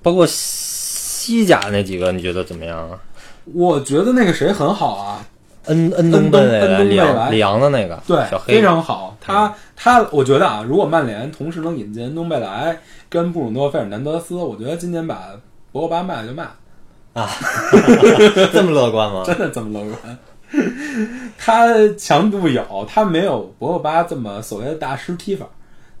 Speaker 3: 包括西甲那几个，你觉得怎么样啊？
Speaker 2: 我觉得那个谁很好啊，
Speaker 3: 恩恩
Speaker 2: 恩东
Speaker 3: 贝
Speaker 2: 恩东
Speaker 3: 莱
Speaker 2: 贝
Speaker 3: 里
Speaker 2: 莱
Speaker 3: 昂里昂的那个，
Speaker 2: 对
Speaker 3: 小，黑嗯
Speaker 2: 非常好。他他，我觉得啊，如果曼联同时能引进恩东贝莱跟布鲁诺费尔南德斯，我觉得今年把博格巴卖了就卖了，
Speaker 3: [laughs] 这么乐观吗？
Speaker 2: 真 [laughs] 的这么乐观。他强度有，他没有博格巴这么所谓的大师踢法，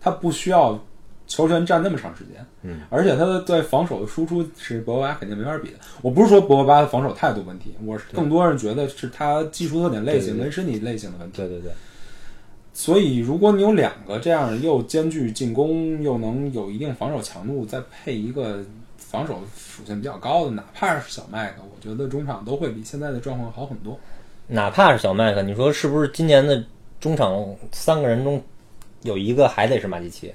Speaker 2: 他不需要球权占那么长时间。
Speaker 3: 嗯，
Speaker 2: 而且他的对防守的输出是博格巴肯定没法比的。我不是说博格巴的防守态度问题，我是更多人觉得是他技术特点类型
Speaker 3: 对对
Speaker 2: 跟身体类型的问题。
Speaker 3: 对对对，
Speaker 2: 所以，如果你有两个这样又兼具进攻又能有一定防守强度，再配一个防守属性比较高的，哪怕是小麦克，我觉得中场都会比现在的状况好很多。
Speaker 3: 哪怕是小麦克，你说是不是今年的中场三个人中有一个还得是马蒂奇？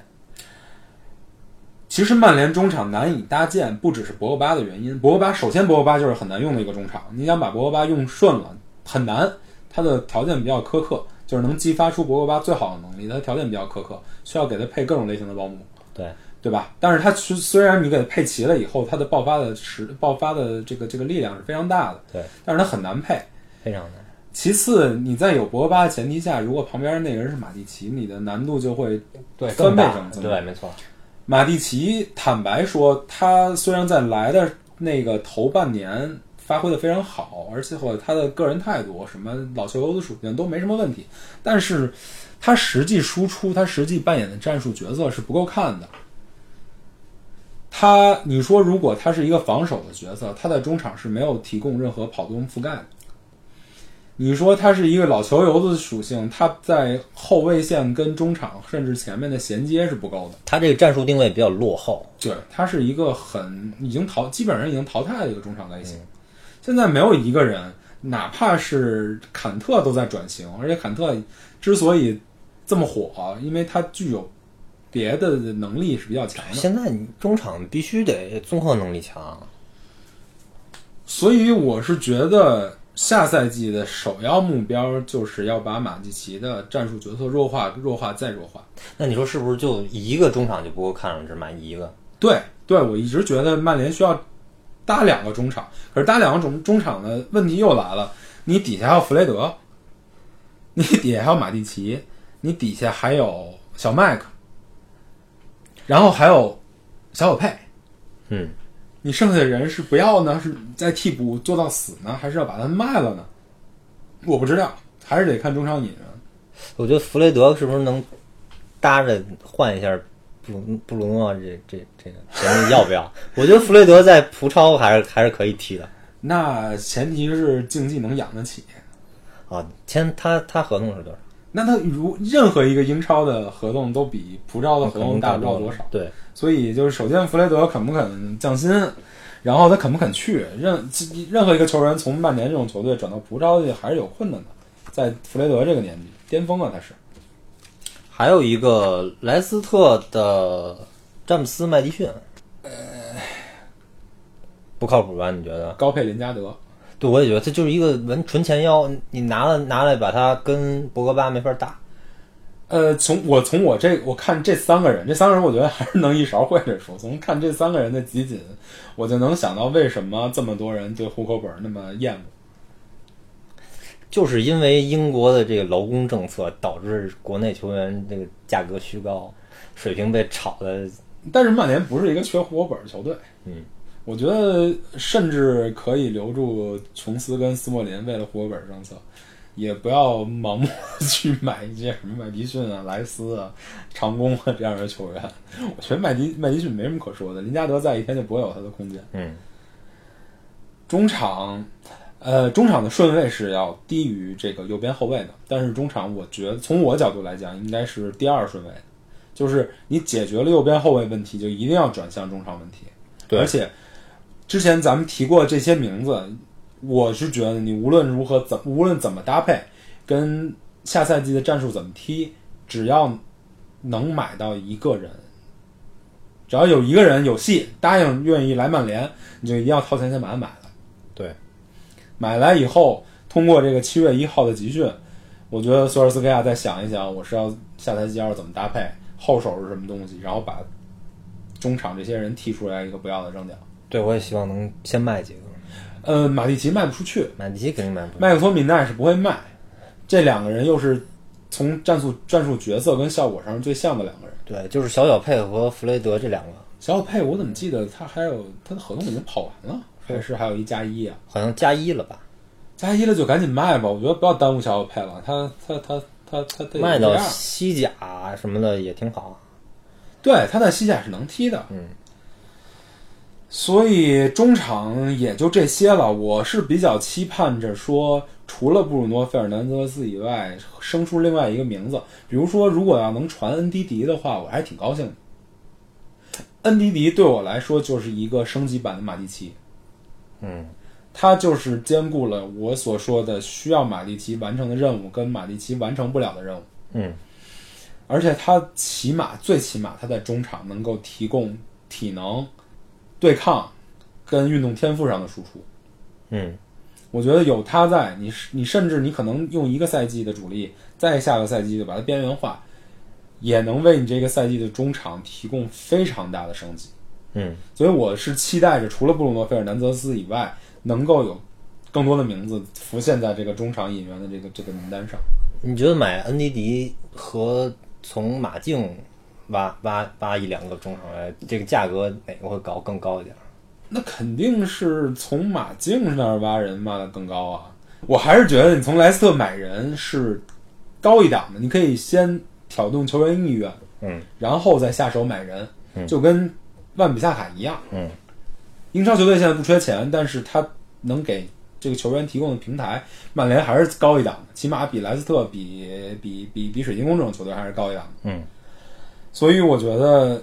Speaker 2: 其实曼联中场难以搭建，不只是博格巴的原因。博格巴首先，博格巴就是很难用的一个中场，你想把博格巴用顺了很难，他的条件比较苛刻，就是能激发出博格巴最好的能力，他的条件比较苛刻，需要给他配各种类型的包姆。
Speaker 3: 对，
Speaker 2: 对吧？但是他虽虽然你给他配齐了以后，他的爆发的时爆发的这个这个力量是非常大的，
Speaker 3: 对，
Speaker 2: 但是他很难配。
Speaker 3: 非常难。
Speaker 2: 其次，你在有博格巴的前提下，如果旁边那个人是马蒂奇，你的难度就会
Speaker 3: 对
Speaker 2: 翻倍
Speaker 3: 更大嗯
Speaker 2: 上增
Speaker 3: 对，没错。
Speaker 2: 马蒂奇坦白说，他虽然在来的那个头半年发挥的非常好，而且和他的个人态度、什么老球油的属性都没什么问题，但是他实际输出、他实际扮演的战术角色是不够看的。他，你说如果他是一个防守的角色，他在中场是没有提供任何跑动覆盖的。你说他是一个老球油的属性，他在后卫线跟中场甚至前面的衔接是不够的。
Speaker 3: 他这个战术定位比较落后，
Speaker 2: 对，它是一个很已经淘，基本上已经淘汰的一个中场类型。现现在没有一个人，哪怕是坎特都在转型，而且坎特之所以这么火，因为他具有别的能力是比较强的。
Speaker 3: 现在你中场必须得综合能力强，
Speaker 2: 所以我是觉得下赛季的首要目标就是要把马蒂奇的战术角色弱化、弱化再弱化。
Speaker 3: 那你说是不是就一个中场就不够看上，只买一个？
Speaker 2: 对对，我一直觉得曼联需要搭两个中场，可是搭两个中中场的问题又来了，你底下还有弗雷德，你底下还有马蒂奇，你底下还有小麦克，然后还有小小佩，
Speaker 3: 嗯，
Speaker 2: 你剩下的人是不要呢，是在替补做到死呢，还是要把他们卖了呢？我不知道，还是得看中场引援。
Speaker 3: 我觉得弗雷德是不是能搭着换一下布鲁布鲁诺这这这个人要不 [laughs] 要？我觉得弗雷德在葡超还是还是可以踢的
Speaker 2: 那前提是竞技能养得起。
Speaker 3: 啊。签他他合同是多少？
Speaker 2: 那他如任何一个英超的合同都比葡超的合同大不了多少，
Speaker 3: 对，
Speaker 2: 所以就是首先弗雷德肯不肯降薪，然后他肯不肯去，任任何一个球员从曼联这种球队转到葡超去还是有困难的，在弗雷德这个年纪巅峰啊了他是，
Speaker 3: 还有一个莱斯特的詹姆斯麦迪逊，
Speaker 2: 呃
Speaker 3: 不靠谱吧？你觉得？
Speaker 2: 高配林加德，
Speaker 3: 对，我也觉得这就是一个文纯前腰，你拿了拿来把他跟博格巴没法打。
Speaker 2: 呃，从我从我这我看这三个人，这三个人我觉得还是能一勺烩着 [laughs] 说。从看这三个人的集锦，我就能想到为什么这么多人对户口本那么厌恶。
Speaker 3: 就是因为英国的这个劳工政策，导致国内球员这个价格虚高，水平被炒的。
Speaker 2: 但是曼联不是一个缺户口本的球队，
Speaker 3: 嗯，
Speaker 2: 我觉得甚至可以留住琼斯跟斯莫林，为了户口本政策，也不要盲目地去买一些什么麦迪逊啊、莱斯啊、长工啊这样的球员。我觉得麦迪麦迪逊没什么可说的，林加德在一天就不会有他的空间。
Speaker 3: 嗯，
Speaker 2: 中场，呃，中场的顺位是要低于这个右边后卫的，但是中场我觉得从我角度来讲，应该是第二顺位的，就是你解决了右边后卫问题，就一定要转向中场问题。而且之前咱们提过这些名字，我是觉得你无论如何怎无论怎么搭配，跟下赛季的战术怎么踢，只要能买到一个人，只要有一个人有戏，答应愿意来曼联，你就一定要掏钱先把他买来。
Speaker 3: 对，
Speaker 2: 买来以后，通过这个七月一号的集训，我觉得索尔斯克亚再想一想，我是要下赛季要是怎么搭配，后手是什么东西，然后把中场这些人踢出来一个不要的扔掉。
Speaker 3: 对我也希望能先卖几个，
Speaker 2: 呃，马蒂奇卖不出去，
Speaker 3: 买迪肯定卖不。
Speaker 2: 麦克托米奈是不会卖，这两个人又是从战术战术角色跟效果上是最像的两个人。
Speaker 3: 对，就是小小佩和弗雷德这两个，
Speaker 2: 小小佩，我怎么记得他还有他的合同已经跑完了，还是还有一加一啊？
Speaker 3: 好像加一了吧？
Speaker 2: 加一了就赶紧卖吧，我觉得不要耽误小小佩了，他他他他他他
Speaker 3: 卖
Speaker 2: 这
Speaker 3: 到
Speaker 2: 样
Speaker 3: 西甲什么的也挺好。
Speaker 2: 对，他在西甲是能踢的。
Speaker 3: 嗯，
Speaker 2: 所以中场也就这些了。我是比较期盼着说，除了布鲁诺·费尔南德斯以外，生出另外一个名字。比如说，如果要能传恩迪迪的话，我还挺高兴的。恩迪迪对我来说就是一个升级版的马蒂奇，
Speaker 3: 嗯，
Speaker 2: 他就是兼顾了我所说的需要马蒂奇完成的任务跟马蒂奇完成不了的任务。
Speaker 3: 嗯，
Speaker 2: 而且他起码最起码他在中场能够提供体能、对抗跟运动天赋上的输出。
Speaker 3: 嗯，
Speaker 2: 我觉得有他在，你是你甚至你可能用一个赛季的主力，在下个赛季就把它边缘化，也能为你这个赛季的中场提供非常大的升级。
Speaker 3: 嗯，
Speaker 2: 所以我是期待着除了布鲁诺·费尔南德斯以外，能够有更多的名字浮现在这个中场引援的这个这个名单上。
Speaker 3: 你觉得买恩迪迪和从马竞挖挖挖一两个中场来，这个价格哪个会高更高一点？
Speaker 2: 那肯定是从马竞那儿挖人挖的更高啊！我还是觉得你从莱斯特买人是高一档的，你可以先挑动球员意愿，
Speaker 3: 嗯，
Speaker 2: 然后再下手买人，就跟万比萨卡一样，
Speaker 3: 嗯。
Speaker 2: 英超球队现在不缺钱，但是他能给这个球员提供的平台，曼联还是高一档的，起码比莱斯特、比比比比水晶宫这种球队还是高一档的。
Speaker 3: 嗯，
Speaker 2: 所以我觉得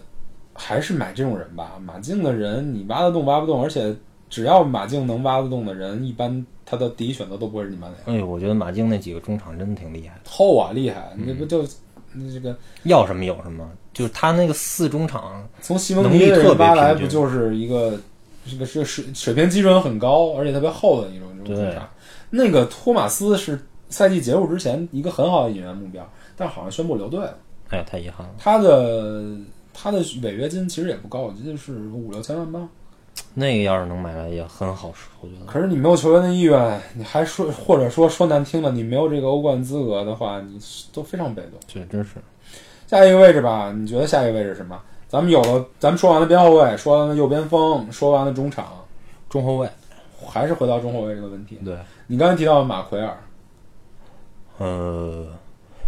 Speaker 2: 还是买这种人吧。马竞的人你挖得动挖不动，而且只要马竞能挖得动的人，一般他的第一选择都不会是你曼联。
Speaker 3: 哎呦，我觉得马竞那几个中场真的挺厉害的，
Speaker 2: 后啊，厉害！那不
Speaker 3: 嗯
Speaker 2: 就那这个
Speaker 3: 要什么有什么，就是他那个四中场，
Speaker 2: 从西蒙
Speaker 3: 能
Speaker 2: 尼
Speaker 3: 力
Speaker 2: 这
Speaker 3: 特
Speaker 2: 人
Speaker 3: 别
Speaker 2: 挖来，
Speaker 3: 平
Speaker 2: 不
Speaker 3: 均
Speaker 2: 就是一个这个是水水平基准很高，而且特别厚的一种这种
Speaker 3: 对
Speaker 2: 中场。那个托马斯是赛季结束之前一个很好的引援目标，但好像宣布留队了。
Speaker 3: 哎呀，太遗憾了。
Speaker 2: 他的他的违约金其实也不高，我记得是五六千万吧。
Speaker 3: 那个要是能买来也很好说，我觉得。
Speaker 2: 可是你没有球员的意愿，你还说或者说说难听的，你没有这个欧冠资格的话，你都非常被动。
Speaker 3: 对，真是
Speaker 2: 下一个位置吧，你觉得下一个位置是什么？咱们有了，咱们说完了边后卫，说完了右边锋，说完了中场，
Speaker 3: 中后卫。
Speaker 2: 还是回到中后卫这个问题。
Speaker 3: 对，
Speaker 2: 你刚才提到马奎尔，
Speaker 3: 呃，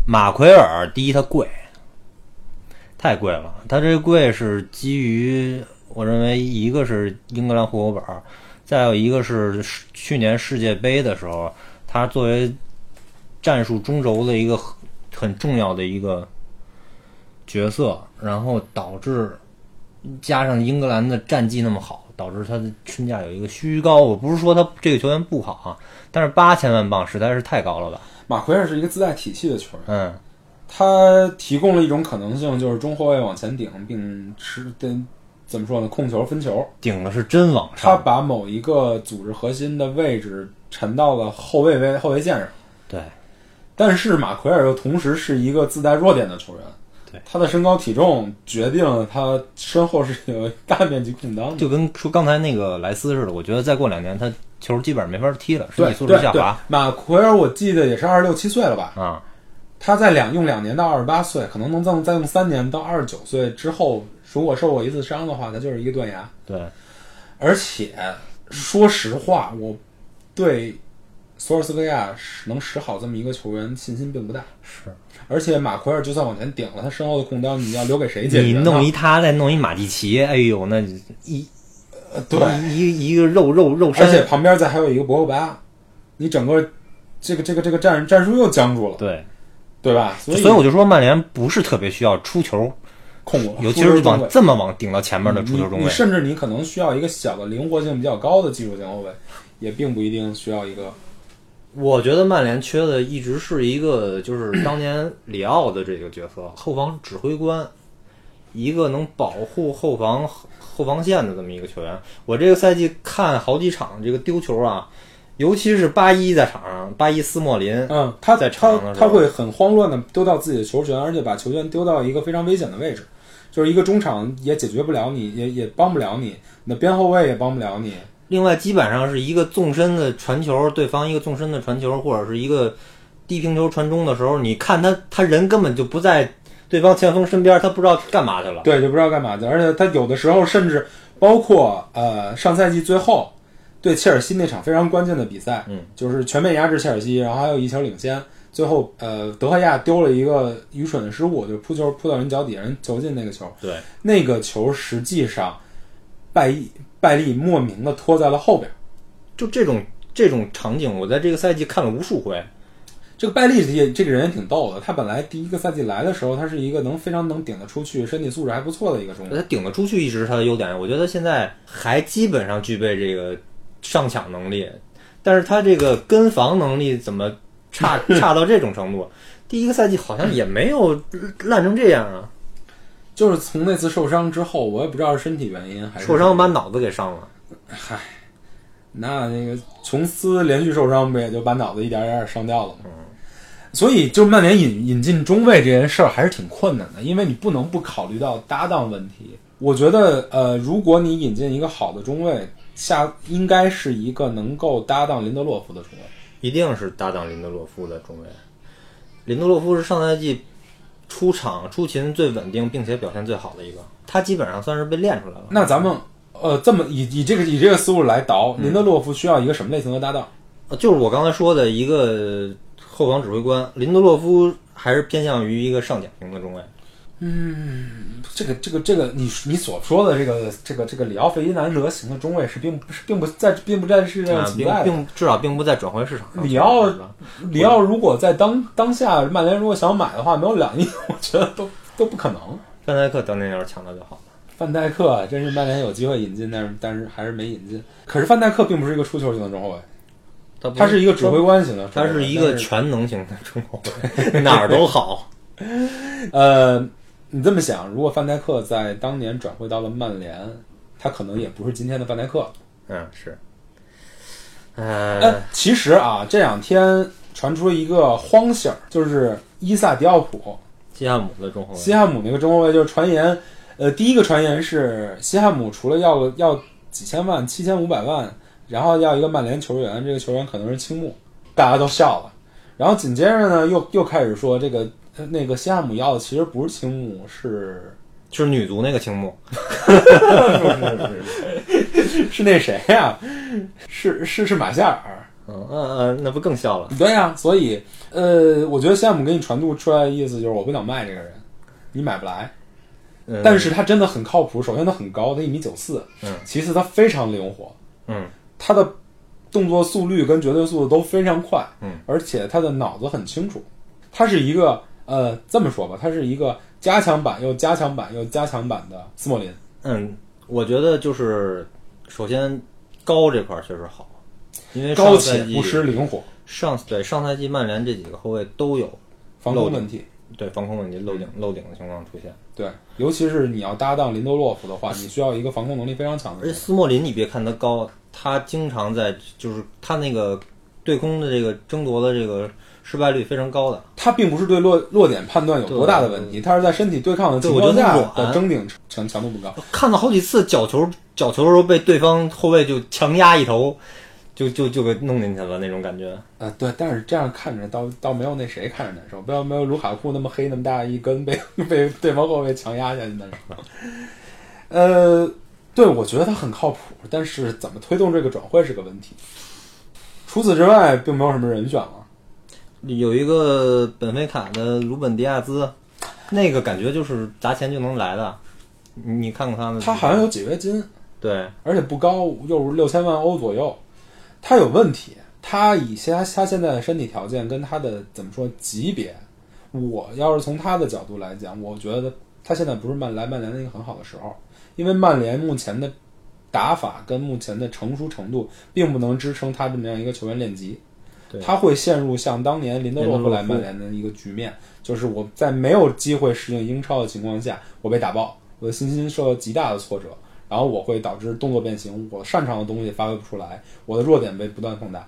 Speaker 3: 马奎尔第一它贵，太贵了。它这贵是基于我认为一个是英格兰户口本儿，再有一个是世去年世界杯的时候，他作为战术中轴的一个很很重要的一个角色，然后导致加上英格兰的战绩那么好，导致他的身价有一个虚高。我不是说他这个球员不好啊，但是八千万镑实在是太高了吧？
Speaker 2: 马奎尔是一个自带体系的球员，
Speaker 3: 嗯。
Speaker 2: 他提供了一种可能性，就是中后卫往前顶，并吃跟怎么说呢，控球分球。
Speaker 3: 顶的是真往
Speaker 2: 他
Speaker 3: 上，
Speaker 2: 把某一个组织核心的位置沉到了后卫位后卫线上。
Speaker 3: 对，
Speaker 2: 但是马奎尔又同时是一个自带弱点的球员，
Speaker 3: 对
Speaker 2: 他的身高体重决定了他身后是有大面积空当的。
Speaker 3: 就跟说刚才那个莱斯似的，我觉得再过两年他球基本上没法踢了，身
Speaker 2: 对
Speaker 3: 体素质
Speaker 2: 对
Speaker 3: 下
Speaker 2: 对
Speaker 3: 滑，
Speaker 2: 马奎尔我记得也是二十六七岁了吧？
Speaker 3: 啊，
Speaker 2: 他再两用两年到二十八岁，可能能再再用三年到二十九岁之后，如果受过一次伤的话，他就是一个断崖。
Speaker 3: 对，
Speaker 2: 而且说实话，我对索尔斯克亚是能使好这么一个球员信心并不大。
Speaker 3: 是
Speaker 2: 而且马奎尔就算往前顶了，他身后的空当你要留给谁解决啊
Speaker 3: 你
Speaker 2: 呢？
Speaker 3: 弄一他，再弄一马蒂奇，哎呦，那一
Speaker 2: 对，
Speaker 3: 嗯一一个肉肉肉
Speaker 2: 而且
Speaker 3: 山，
Speaker 2: 旁边再还有一个博格巴，你整个这个这个这个战战术又僵住了，
Speaker 3: 对，
Speaker 2: 对吧？所以哦
Speaker 3: 所以我就说曼联不是特别需要出球，
Speaker 2: 控我，
Speaker 3: 尤其是
Speaker 2: 中
Speaker 3: 往
Speaker 2: 卫
Speaker 3: 这么往顶到前面的出球中
Speaker 2: 你你
Speaker 3: 卫，
Speaker 2: 甚至你可能需要一个小的灵活性比较高的技术型后卫，也并不一定需要一个
Speaker 3: 我觉得曼联缺的一直是一个，就是当年里奥的这个角色，后防指挥官，一个能保护后防后防线的这么一个球员。我这个赛季看好几场这个丢球啊，尤其是八一在场上，八一斯莫林，
Speaker 2: 嗯，他
Speaker 3: 在
Speaker 2: 他
Speaker 3: 场上的时
Speaker 2: 他
Speaker 3: 候
Speaker 2: 会很慌乱的丢到自己的球权，而且把球权丢到一个非常危险的位置，就是一个中场也解决不了你，也也帮不了你，你的边后卫也帮不了你，
Speaker 3: 另外基本上是一个纵深的传球，对方一个纵深的传球，或者是一个低平球传中的时候，你看他他人根本就不在对方前锋身边，他不知道干嘛去了。
Speaker 2: 对，就不知道干嘛去。而且他有的时候甚至包括呃上赛季最后对切尔西那场非常关键的比赛，
Speaker 3: 嗯，
Speaker 2: 就是全面压制切尔西，然后还有一球领先。最后，呃，德赫亚丢了一个愚蠢的失误，就扑球扑到人脚底，人球进那个球。
Speaker 3: 对，
Speaker 2: 那个球实际上拜利拜利莫名的拖在了后边。
Speaker 3: 就这种这种场景，我在这个赛季看了无数回。
Speaker 2: 这个拜利这这个人也挺逗的，他本来第一个赛季来的时候，他是一个能非常能顶得出去、身体素质还不错的一个中
Speaker 3: 他
Speaker 2: 卫。
Speaker 3: 顶得出去一直是他的优点，我觉得现在还基本上具备这个上抢能力，但是他这个跟防能力怎么 [laughs] 差差到这种程度？第一个赛季好像也没有烂成这样啊，
Speaker 2: 就是从那次受伤之后，我也不知道是身体原因还是
Speaker 3: 受伤把脑子给伤了。
Speaker 2: 那那个琼斯连续受伤，不也就把脑子一点点伤掉了吗？
Speaker 3: 嗯
Speaker 2: 所以，就曼联引引进中卫这件事儿还是挺困难的，因为你不能不考虑到搭档问题。我觉得，呃，如果你引进一个好的中卫，下应该是一个能够搭档林德洛夫的中卫。
Speaker 3: 一定是搭档林德洛夫的中卫。林德洛夫是上赛季出场出勤最稳定，并且表现最好的一个，他基本上算是被练出来了。
Speaker 2: 那咱们，呃，这么以以这个以这个思路来倒，
Speaker 3: 嗯
Speaker 2: 林德洛夫需要一个什么类型的搭档？
Speaker 3: 呃就是我刚才说的一个后防指挥官，林德洛夫还是偏向于一个上抢型的中卫。
Speaker 2: 嗯这个这个这个，你你所说的这个这个这个里奥费迪南德型的中卫是并不是并不在并不在世界上
Speaker 3: 啊，
Speaker 2: 存
Speaker 3: 并
Speaker 2: 在的。
Speaker 3: 并至少并不在转会市场上。
Speaker 2: 里奥里奥如果在当当下曼 [laughs] 联如果想买的话，没有两亿，我觉得都都不可能。
Speaker 3: 范戴克当年要是抢到就好了。
Speaker 2: 范戴克啊真是曼联有机会引进，但是但是还是没引进。可是范戴克并不是一个出球型的中后卫，
Speaker 3: 他不
Speaker 2: 他是一个指挥官型的中
Speaker 3: 嗯他
Speaker 2: 后卫，
Speaker 3: 是一个
Speaker 2: 但是
Speaker 3: 全能型的中
Speaker 2: [laughs]
Speaker 3: 后卫，哪儿都好。
Speaker 2: 呃，你这么想，如果范戴克在当年转会到了曼联，他可能也不是今天的范戴克。
Speaker 3: 嗯，是。呃
Speaker 2: 哎，，其实啊，这两天传出一个荒信儿，就是伊萨迪奥普，
Speaker 3: 西汉姆的中后卫
Speaker 2: 西汉姆那个中后卫，就是传言，呃，第一个传言是西汉姆除了要个要几千万，七千五百万，然后要一个曼联球员，这个球员可能是青木，大家都笑了。然后紧接着呢，又又开始说这个呃 [laughs] 那个西汉姆要的其实不是青木，是 [laughs]
Speaker 3: 就是女足那个青木，
Speaker 2: 是那谁呀、是是是马夏尔。
Speaker 3: 嗯嗯嗯，那不更笑了？
Speaker 2: [laughs] 对呀、啊所以呃，我觉得西汉姆给你传度出来的意思就是我不想卖这个人，你买不来。
Speaker 3: 嗯
Speaker 2: 但是他真的很靠谱，首先他很高，他一米九四，
Speaker 3: 嗯，
Speaker 2: 其次他非常灵活，
Speaker 3: 嗯，
Speaker 2: 他的动作速率跟绝对速度都非常快，
Speaker 3: 嗯，
Speaker 2: 而且他的脑子很清楚，他是一个呃这么说吧，他是一个加强版又加强版又加强版的斯莫林，
Speaker 3: 嗯，我觉得就是首先高这块儿确实好，因为
Speaker 2: 高
Speaker 3: 上赛
Speaker 2: 且
Speaker 3: 季
Speaker 2: 不失灵活，
Speaker 3: 上对上赛季曼联这几个后卫都有
Speaker 2: 防空
Speaker 3: 漏
Speaker 2: 问题。
Speaker 3: 对防空问题漏顶漏顶的情况出现。
Speaker 2: 对，尤其是你要搭档林德洛夫的
Speaker 3: [laughs]
Speaker 2: 话，你需要一个防控能力非常强的
Speaker 3: 而且
Speaker 2: 人。
Speaker 3: 斯莫林，你别看他高，他经常在就是他那个对空的这个争夺的这个失败率非常高的。
Speaker 2: 他并不是对落落点判断有多大的问题，他是在身体对抗的情况
Speaker 3: 对我
Speaker 2: 下
Speaker 3: 觉得他
Speaker 2: 的
Speaker 3: 软
Speaker 2: 争顶强强度不高。
Speaker 3: 看到好几次角球角球的时候被对方后卫就强压一头，就就就给弄进去了那种感觉。
Speaker 2: 呃，对，但是这样看着倒倒没有那谁看着难受，不要没有卢卡库那么黑那么大一根被 [laughs] 被对方后卫强压下去难受。呃，对，我觉得他很靠谱，但是怎么推动这个转会是个问题。除此之外，并没有什么人选了。
Speaker 3: 有一个本菲卡的鲁本迪亚兹，那个感觉就是砸钱就能来的。你你看过他的？
Speaker 2: 他好像有解约金，
Speaker 3: 对，
Speaker 2: 而且不高，又是六千万欧左右。他有问题，他以现他他现在的身体条件跟他的怎么说级别，我要是从他的角度来讲，我觉得他现在不是曼来曼联的一个很好的时候，因为曼联目前的打法跟目前的成熟程度，并不能支撑他这么样一个球员练级
Speaker 3: 对。
Speaker 2: 他会陷入像当年林德洛夫来曼联的一个局面，就是我在没有机会适应英超的情况下，我被打爆，我的信心受到极大的挫折，然后我会导致动作变形，我擅长的东西发挥不出来，我的弱点被不断放大。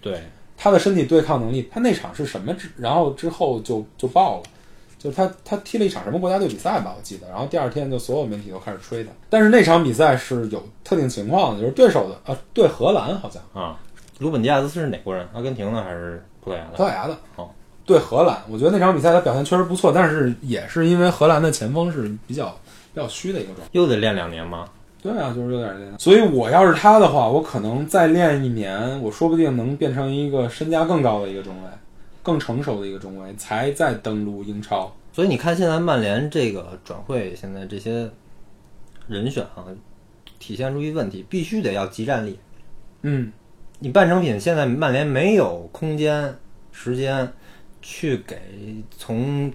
Speaker 3: 对，
Speaker 2: 他的身体对抗能力，他那场是什么之？然后之后就就爆了，就他他踢了一场什么国家队比赛吧，我记得。然后第二天就所有媒体都开始吹他，但是那场比赛是有特定情况的，就是对手的呃对荷兰好像
Speaker 3: 啊，鲁本迪亚兹是哪国人？阿根廷的还是葡萄牙
Speaker 2: 葡萄
Speaker 3: 的？
Speaker 2: 牙的
Speaker 3: 哦，
Speaker 2: 对荷兰，我觉得那场比赛他表现确实不错，但是也是因为荷兰的前锋是比较比较虚的一个状态。
Speaker 3: 又得练两年吗？
Speaker 2: 对啊，就是有点这样。所以我要是他的话，我可能再练一年，我说不定能变成一个身价更高的一个中卫，更成熟的一个中卫，才再登陆英超。
Speaker 3: 所以你看，现在曼联这个转会，现在这些人选啊，体现出一问题，必须得要集战力。
Speaker 2: 嗯，
Speaker 3: 你半成品现在曼联没有空间、时间去给从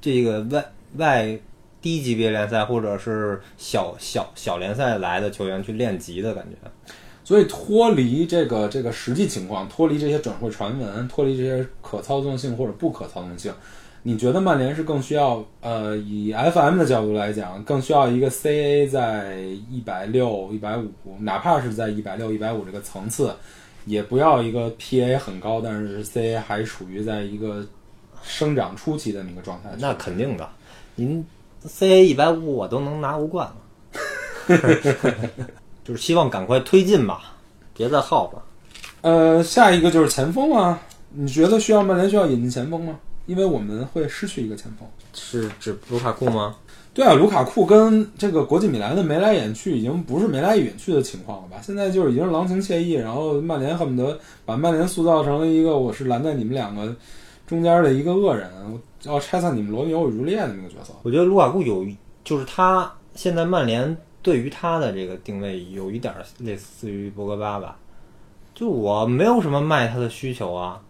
Speaker 3: 这个外外低级别联赛或者是小小小联赛来的球员去练级的感觉。
Speaker 2: 所以脱离这个这个实际情况，脱离这些转会传闻，脱离这些可操纵性或者不可操纵性，你觉得曼联是更需要呃，以 FM 的角度来讲，更需要一个 CA 在一百六、一百五，哪怕是在一百六、一百五这个层次，也不要一个 PA 很高，但是 CA 还处于在一个生长初期的那个状态。
Speaker 3: 啊那肯定的，您 CA 一百五我都能拿欧冠了， [laughs] 就是希望赶快推进吧，别再耗吧。
Speaker 2: 呃，下一个就是前锋啊，你觉得需要曼联需要引进前锋吗？因为我们会失去一个前锋。
Speaker 3: 是指卢卡库吗？
Speaker 2: 对啊，卢卡库跟这个国际米兰的眉来眼去，已经不是眉来眼去的情况了吧？现在就是已经是郎情妾意，然后曼联恨不得把曼联塑造成了一个我是拦在你们两个中间的一个恶人，我要拆散你们罗密欧与朱丽叶的那个角色。
Speaker 3: 我觉得卢卡库有，就是他现在曼联对于他的这个定位有一点类似于博格巴吧，就我没有什么卖他的需求啊。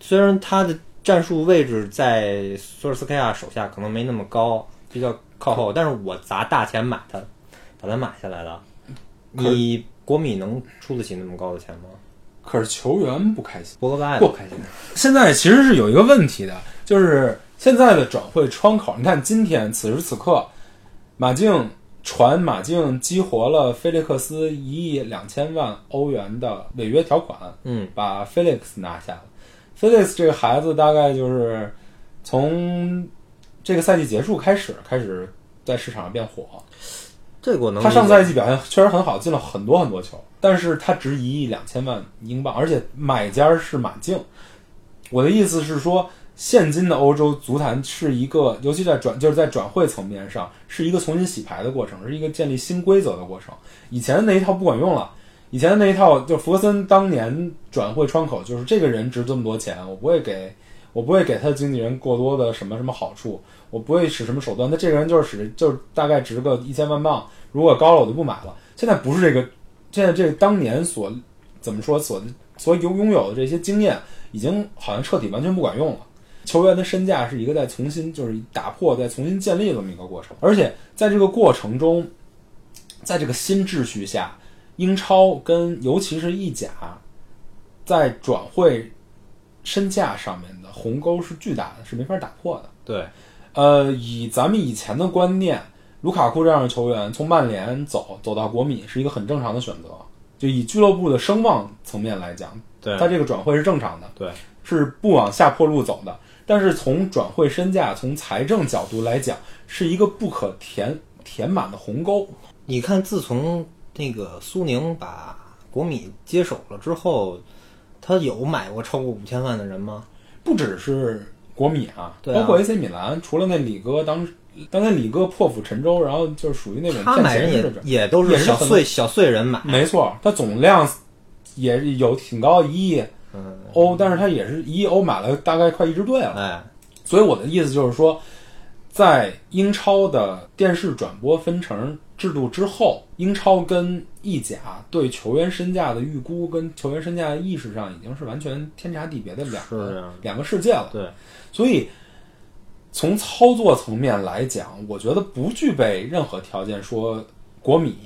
Speaker 3: 虽然他的战术位置在索尔斯克亚手下可能没那么高，比较靠后，但是我砸大钱买它，把它买下来了。
Speaker 2: 嗯可是
Speaker 3: 你国米能出得起那么高的钱吗？
Speaker 2: 可是球员不开心。
Speaker 3: 博格巴也
Speaker 2: 不
Speaker 3: 开心。
Speaker 2: 现在其实是有一个问题的，就是现在的转会窗口，你看今天此时此刻，马竞传马竞激活了菲利克斯一亿两千万欧元的违约条款，
Speaker 3: 嗯，
Speaker 2: 把 Felix 拿下了。Felix 这个孩子大概就是从这个赛季结束开始，开始在市场上变火。
Speaker 3: 这个我能理
Speaker 2: 他
Speaker 3: 解。
Speaker 2: 上赛季表现确实很好，进了很多很多球，但是他值一亿两千万英镑，而且买家是马竞。我的意思是说，现今的欧洲足坛是一个，尤其在转就是在转会层面上，是一个重新洗牌的过程，是一个建立新规则的过程。以前的那一套不管用了，以前的那一套就福格森当年转会窗口，就是这个人值这么多钱，我不会给。我不会给他的经纪人过多的什么什么好处，我不会使什么手段。那这个人就是使，就是大概值个一千万镑，如果高了我就不买了。现在不是这个，现在这个当年所怎么说所所有拥有的这些经验，已经好像彻底完全不管用了。球员的身价是一个在重新就是打破、再重新建立的这么一个过程，而且在这个过程中，在这个新秩序下，英超跟尤其是意甲，在转会身价上面的鸿沟是巨大的，是没法打破的。
Speaker 3: 对，
Speaker 2: 呃，以咱们以前的观念，卢卡库这样的球员从曼联走走到国米是一个很正常的选择。就以俱乐部的声望层面来讲，
Speaker 3: 对
Speaker 2: 他这个转会是正常的，
Speaker 3: 对，
Speaker 2: 是不往下坡路走的。但是从转会身价、从财政角度来讲，是一个不可填填满的鸿沟。
Speaker 3: 你看，自从那个苏宁把国米接手了之后，他有买过超过五千万的人吗？
Speaker 2: 不只是国米啊，
Speaker 3: 对啊
Speaker 2: 包括 AC 米兰，除了那李哥当当年李哥破釜沉舟，然后就是属于那种
Speaker 3: 他
Speaker 2: 骗
Speaker 3: 买人
Speaker 2: 钱
Speaker 3: 也
Speaker 2: 的
Speaker 3: 也都是
Speaker 2: 也是
Speaker 3: 小
Speaker 2: 很
Speaker 3: 碎小碎人买，
Speaker 2: 没错，它总量也有挺高的一亿
Speaker 3: 嗯，
Speaker 2: 欧，但是它也是一亿欧买了大概快一支队了。
Speaker 3: 哎，
Speaker 2: 所以我的意思就是说，在英超的电视转播分成制度之后，英超跟意甲对球员身价的预估跟球员身价的意识上已经是完全天差地别的两
Speaker 3: 是
Speaker 2: 个
Speaker 3: 啊
Speaker 2: 两个世界了。
Speaker 3: 对，
Speaker 2: 所以从操作层面来讲，我觉得不具备任何条件说国米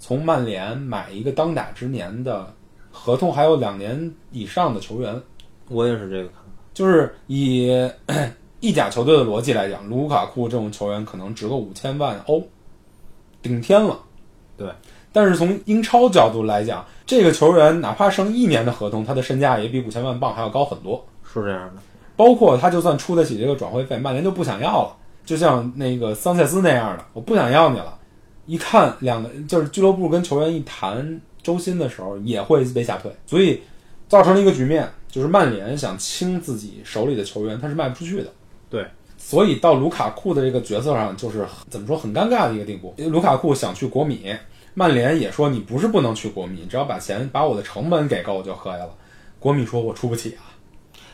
Speaker 2: 从曼联买一个当打之年的合同还有两年以上的球员，
Speaker 3: 我也是这个看法。
Speaker 2: 就是以 [clears throat] 咳意甲球队的逻辑来讲，卢卡库这种球员可能值个五千万欧，顶天了。
Speaker 3: 对，
Speaker 2: 但是从英超角度来讲，这个球员哪怕剩一年的合同，他的身价也比五千万镑还要高很多。
Speaker 3: 是这样的。
Speaker 2: 包括他就算出得起这个转会费，曼联就不想要了。就像那个桑切斯那样的，我不想要你了。一看两个就是俱乐部跟球员一谈周薪的时候，也会被吓退，所以造成了一个局面，就是曼联想清自己手里的球员，他是卖不出去的。
Speaker 3: 对，
Speaker 2: 所以到卢卡库的这个角色上，就是很怎么说很尴尬的一个地步。卢卡库想去国米，曼联也说你不是不能去国米，你只要把钱把我的成本给够就可以了。国米说我出不起啊，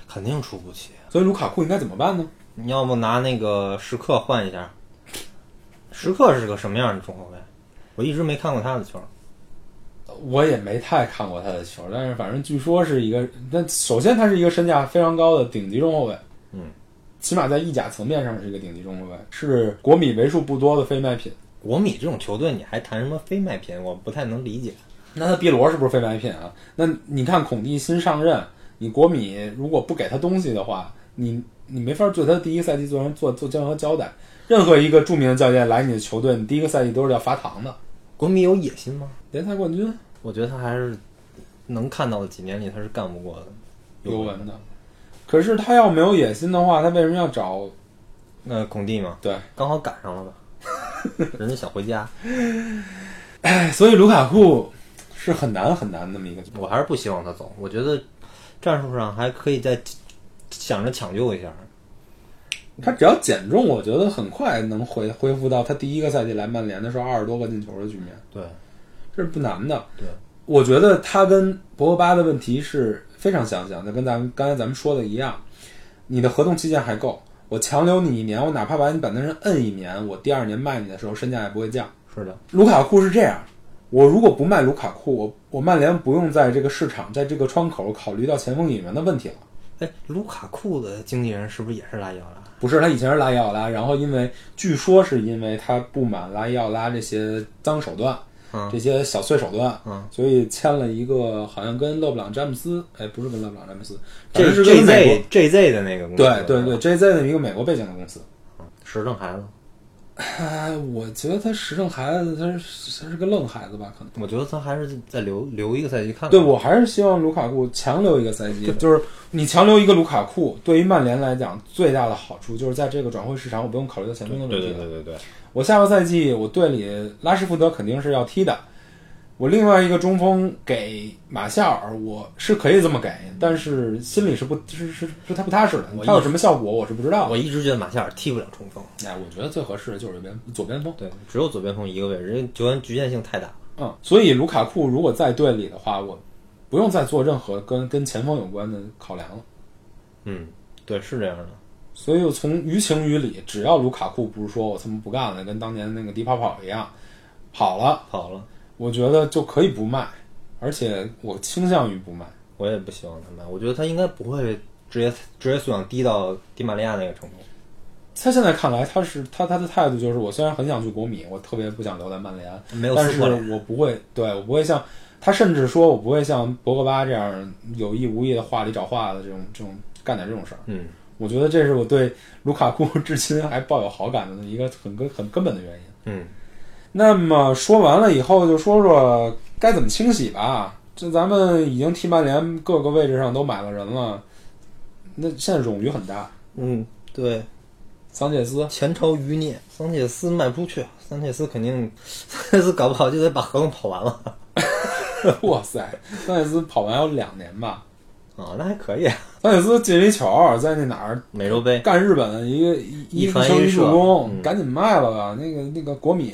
Speaker 3: 肯定出不起。
Speaker 2: 所以卢卡库应该怎么办呢？
Speaker 3: 你要不拿那个时刻换一下？时刻是个什么样的中后卫？我一直没看过他的球。
Speaker 2: 我也没太看过他的球，但是反正据说是一个，但首先他是一个身价非常高的顶级中后卫，
Speaker 3: 嗯，
Speaker 2: 起码在意甲层面上是一个顶级中后卫，是国米为数不多的非卖品。
Speaker 3: 国米这种球队，你还谈什么非卖品？我不太能理解。
Speaker 2: 那他 B 罗是不是非卖品啊？那你看孔蒂新上任，你国米如果不给他东西的话，你你没法对他第一赛季做成做做任何交代。任何一个著名的教练来你的球队，你第一个赛季都是要罚堂的，
Speaker 3: 国米有野心吗？
Speaker 2: 联赛冠军
Speaker 3: 我觉得他还是能看到的几年里，他是干不过的。
Speaker 2: 尤文的。可是他要没有野心的话，他为什么要找
Speaker 3: 那孔蒂嘛，
Speaker 2: 对？
Speaker 3: 刚好赶上了
Speaker 2: [laughs]
Speaker 3: 吧？人家想回家，
Speaker 2: 哎所以卢卡库是很难很难那么一个。
Speaker 3: 我还是不希望他走。我觉得战术上还可以再想着抢救一下。
Speaker 2: 他只要减重，我觉得很快能回恢复到他第一个赛季来曼联的时候二十多个进球的局面，
Speaker 3: 对，
Speaker 2: 这是不难的。
Speaker 3: 对，
Speaker 2: 我觉得他跟博格巴的问题是非常相像，就跟咱们刚才咱们说的一样，你的合同期限还够，我强留你一年，我哪怕把你本那人摁一年，我第二年卖你的时候身价也不会降。
Speaker 3: 是的，
Speaker 2: 卢卡库是这样，我如果不卖卢卡库，我我曼联不用在这个市场在这个窗口考虑到前锋引援的问题了。
Speaker 3: 哎，卢卡库的经纪人是不是也是拉伊奥拉？
Speaker 2: 不是，他以前是拉伊奥拉，然后因为据说是因为他不满拉伊奥拉这些脏手段，
Speaker 3: 嗯
Speaker 2: 这些小碎手段，
Speaker 3: 嗯
Speaker 2: 所以签了一个好像跟勒布朗詹姆斯，哎，不是跟勒布朗詹姆斯，反正
Speaker 3: J
Speaker 2: 是跟
Speaker 3: J
Speaker 2: 美国
Speaker 3: Z J Z 的那个公司，
Speaker 2: 对对对，J Z 的一个美国背景的公司。
Speaker 3: 实正孩子，
Speaker 2: 哎，我觉得他实正孩子，他是他是个愣孩子吧？可能。
Speaker 3: 我觉得他还是再留留一个赛季看看。
Speaker 2: 对，我还是希望卢卡库强留一个赛季。就是你强留一个卢卡库，对于曼联来讲，最大的好处就是在这个转会市场，我不用考虑到前锋的
Speaker 3: 对
Speaker 2: 问题了。
Speaker 3: 对对对对，
Speaker 2: 我下个赛季我队里拉什福德肯定是要踢的，我另外一个中锋给马夏尔，我是可以这么给，但是心里是不是是是他不踏实的
Speaker 3: 我，一
Speaker 2: 他有什么效果我是不知道
Speaker 3: 我。一直觉得马夏尔踢不了中锋，
Speaker 2: 哎，我觉得最合适的就是边左边锋。
Speaker 3: 对，只有左边锋一个位置，因为球员局限性太大。
Speaker 2: 嗯，所以卢卡库如果在队里的话，我不用再做任何跟跟前锋有关的考量了。
Speaker 3: 嗯，对，是这样的。
Speaker 2: 所以我从于情于理，只要卢卡库不是说我他妈不干了，跟当年那个迪跑跑一样跑了，
Speaker 3: 跑了，
Speaker 2: 我觉得就可以不卖，而且我倾向于不卖。
Speaker 3: 我也不希望他卖，我觉得他应该不会职业职业素养低到迪玛利亚那个程度。
Speaker 2: 他现在看来，他是他他的态度就是，我虽然很想去国米，我特别不想留在曼联，
Speaker 3: 没有
Speaker 2: 但
Speaker 3: 撕
Speaker 2: 是
Speaker 3: 破脸
Speaker 2: 我不会，对我不会像他，甚至说我不会像博格巴这样有意无意的话里找话的这种这种干点这种事儿。
Speaker 3: 嗯，
Speaker 2: 我觉得这是我对卢卡库 [laughs] 至今还抱有好感的一个很根很根本的原因。
Speaker 3: 嗯，
Speaker 2: 那么说完了以后，就说说该怎么清洗吧。这咱们已经替曼联各个位置上都买了人了，那现在冗余很大。
Speaker 3: 嗯，对，
Speaker 2: 桑切斯， [laughs]
Speaker 3: 前朝余孽，桑切斯卖不出去，桑切斯肯定， [laughs] 桑切斯搞不好就得把合同跑完了。
Speaker 2: 哇塞，桑切斯跑完有两年吧。
Speaker 3: 啊、那还可以，
Speaker 2: 桑切斯进了一球，在那哪儿
Speaker 3: 美洲杯
Speaker 2: 干日本一个一
Speaker 3: 一传
Speaker 2: 球
Speaker 3: 一
Speaker 2: 助
Speaker 3: 射
Speaker 2: 攻，
Speaker 3: 嗯
Speaker 2: 赶紧卖了吧。那个那个国米，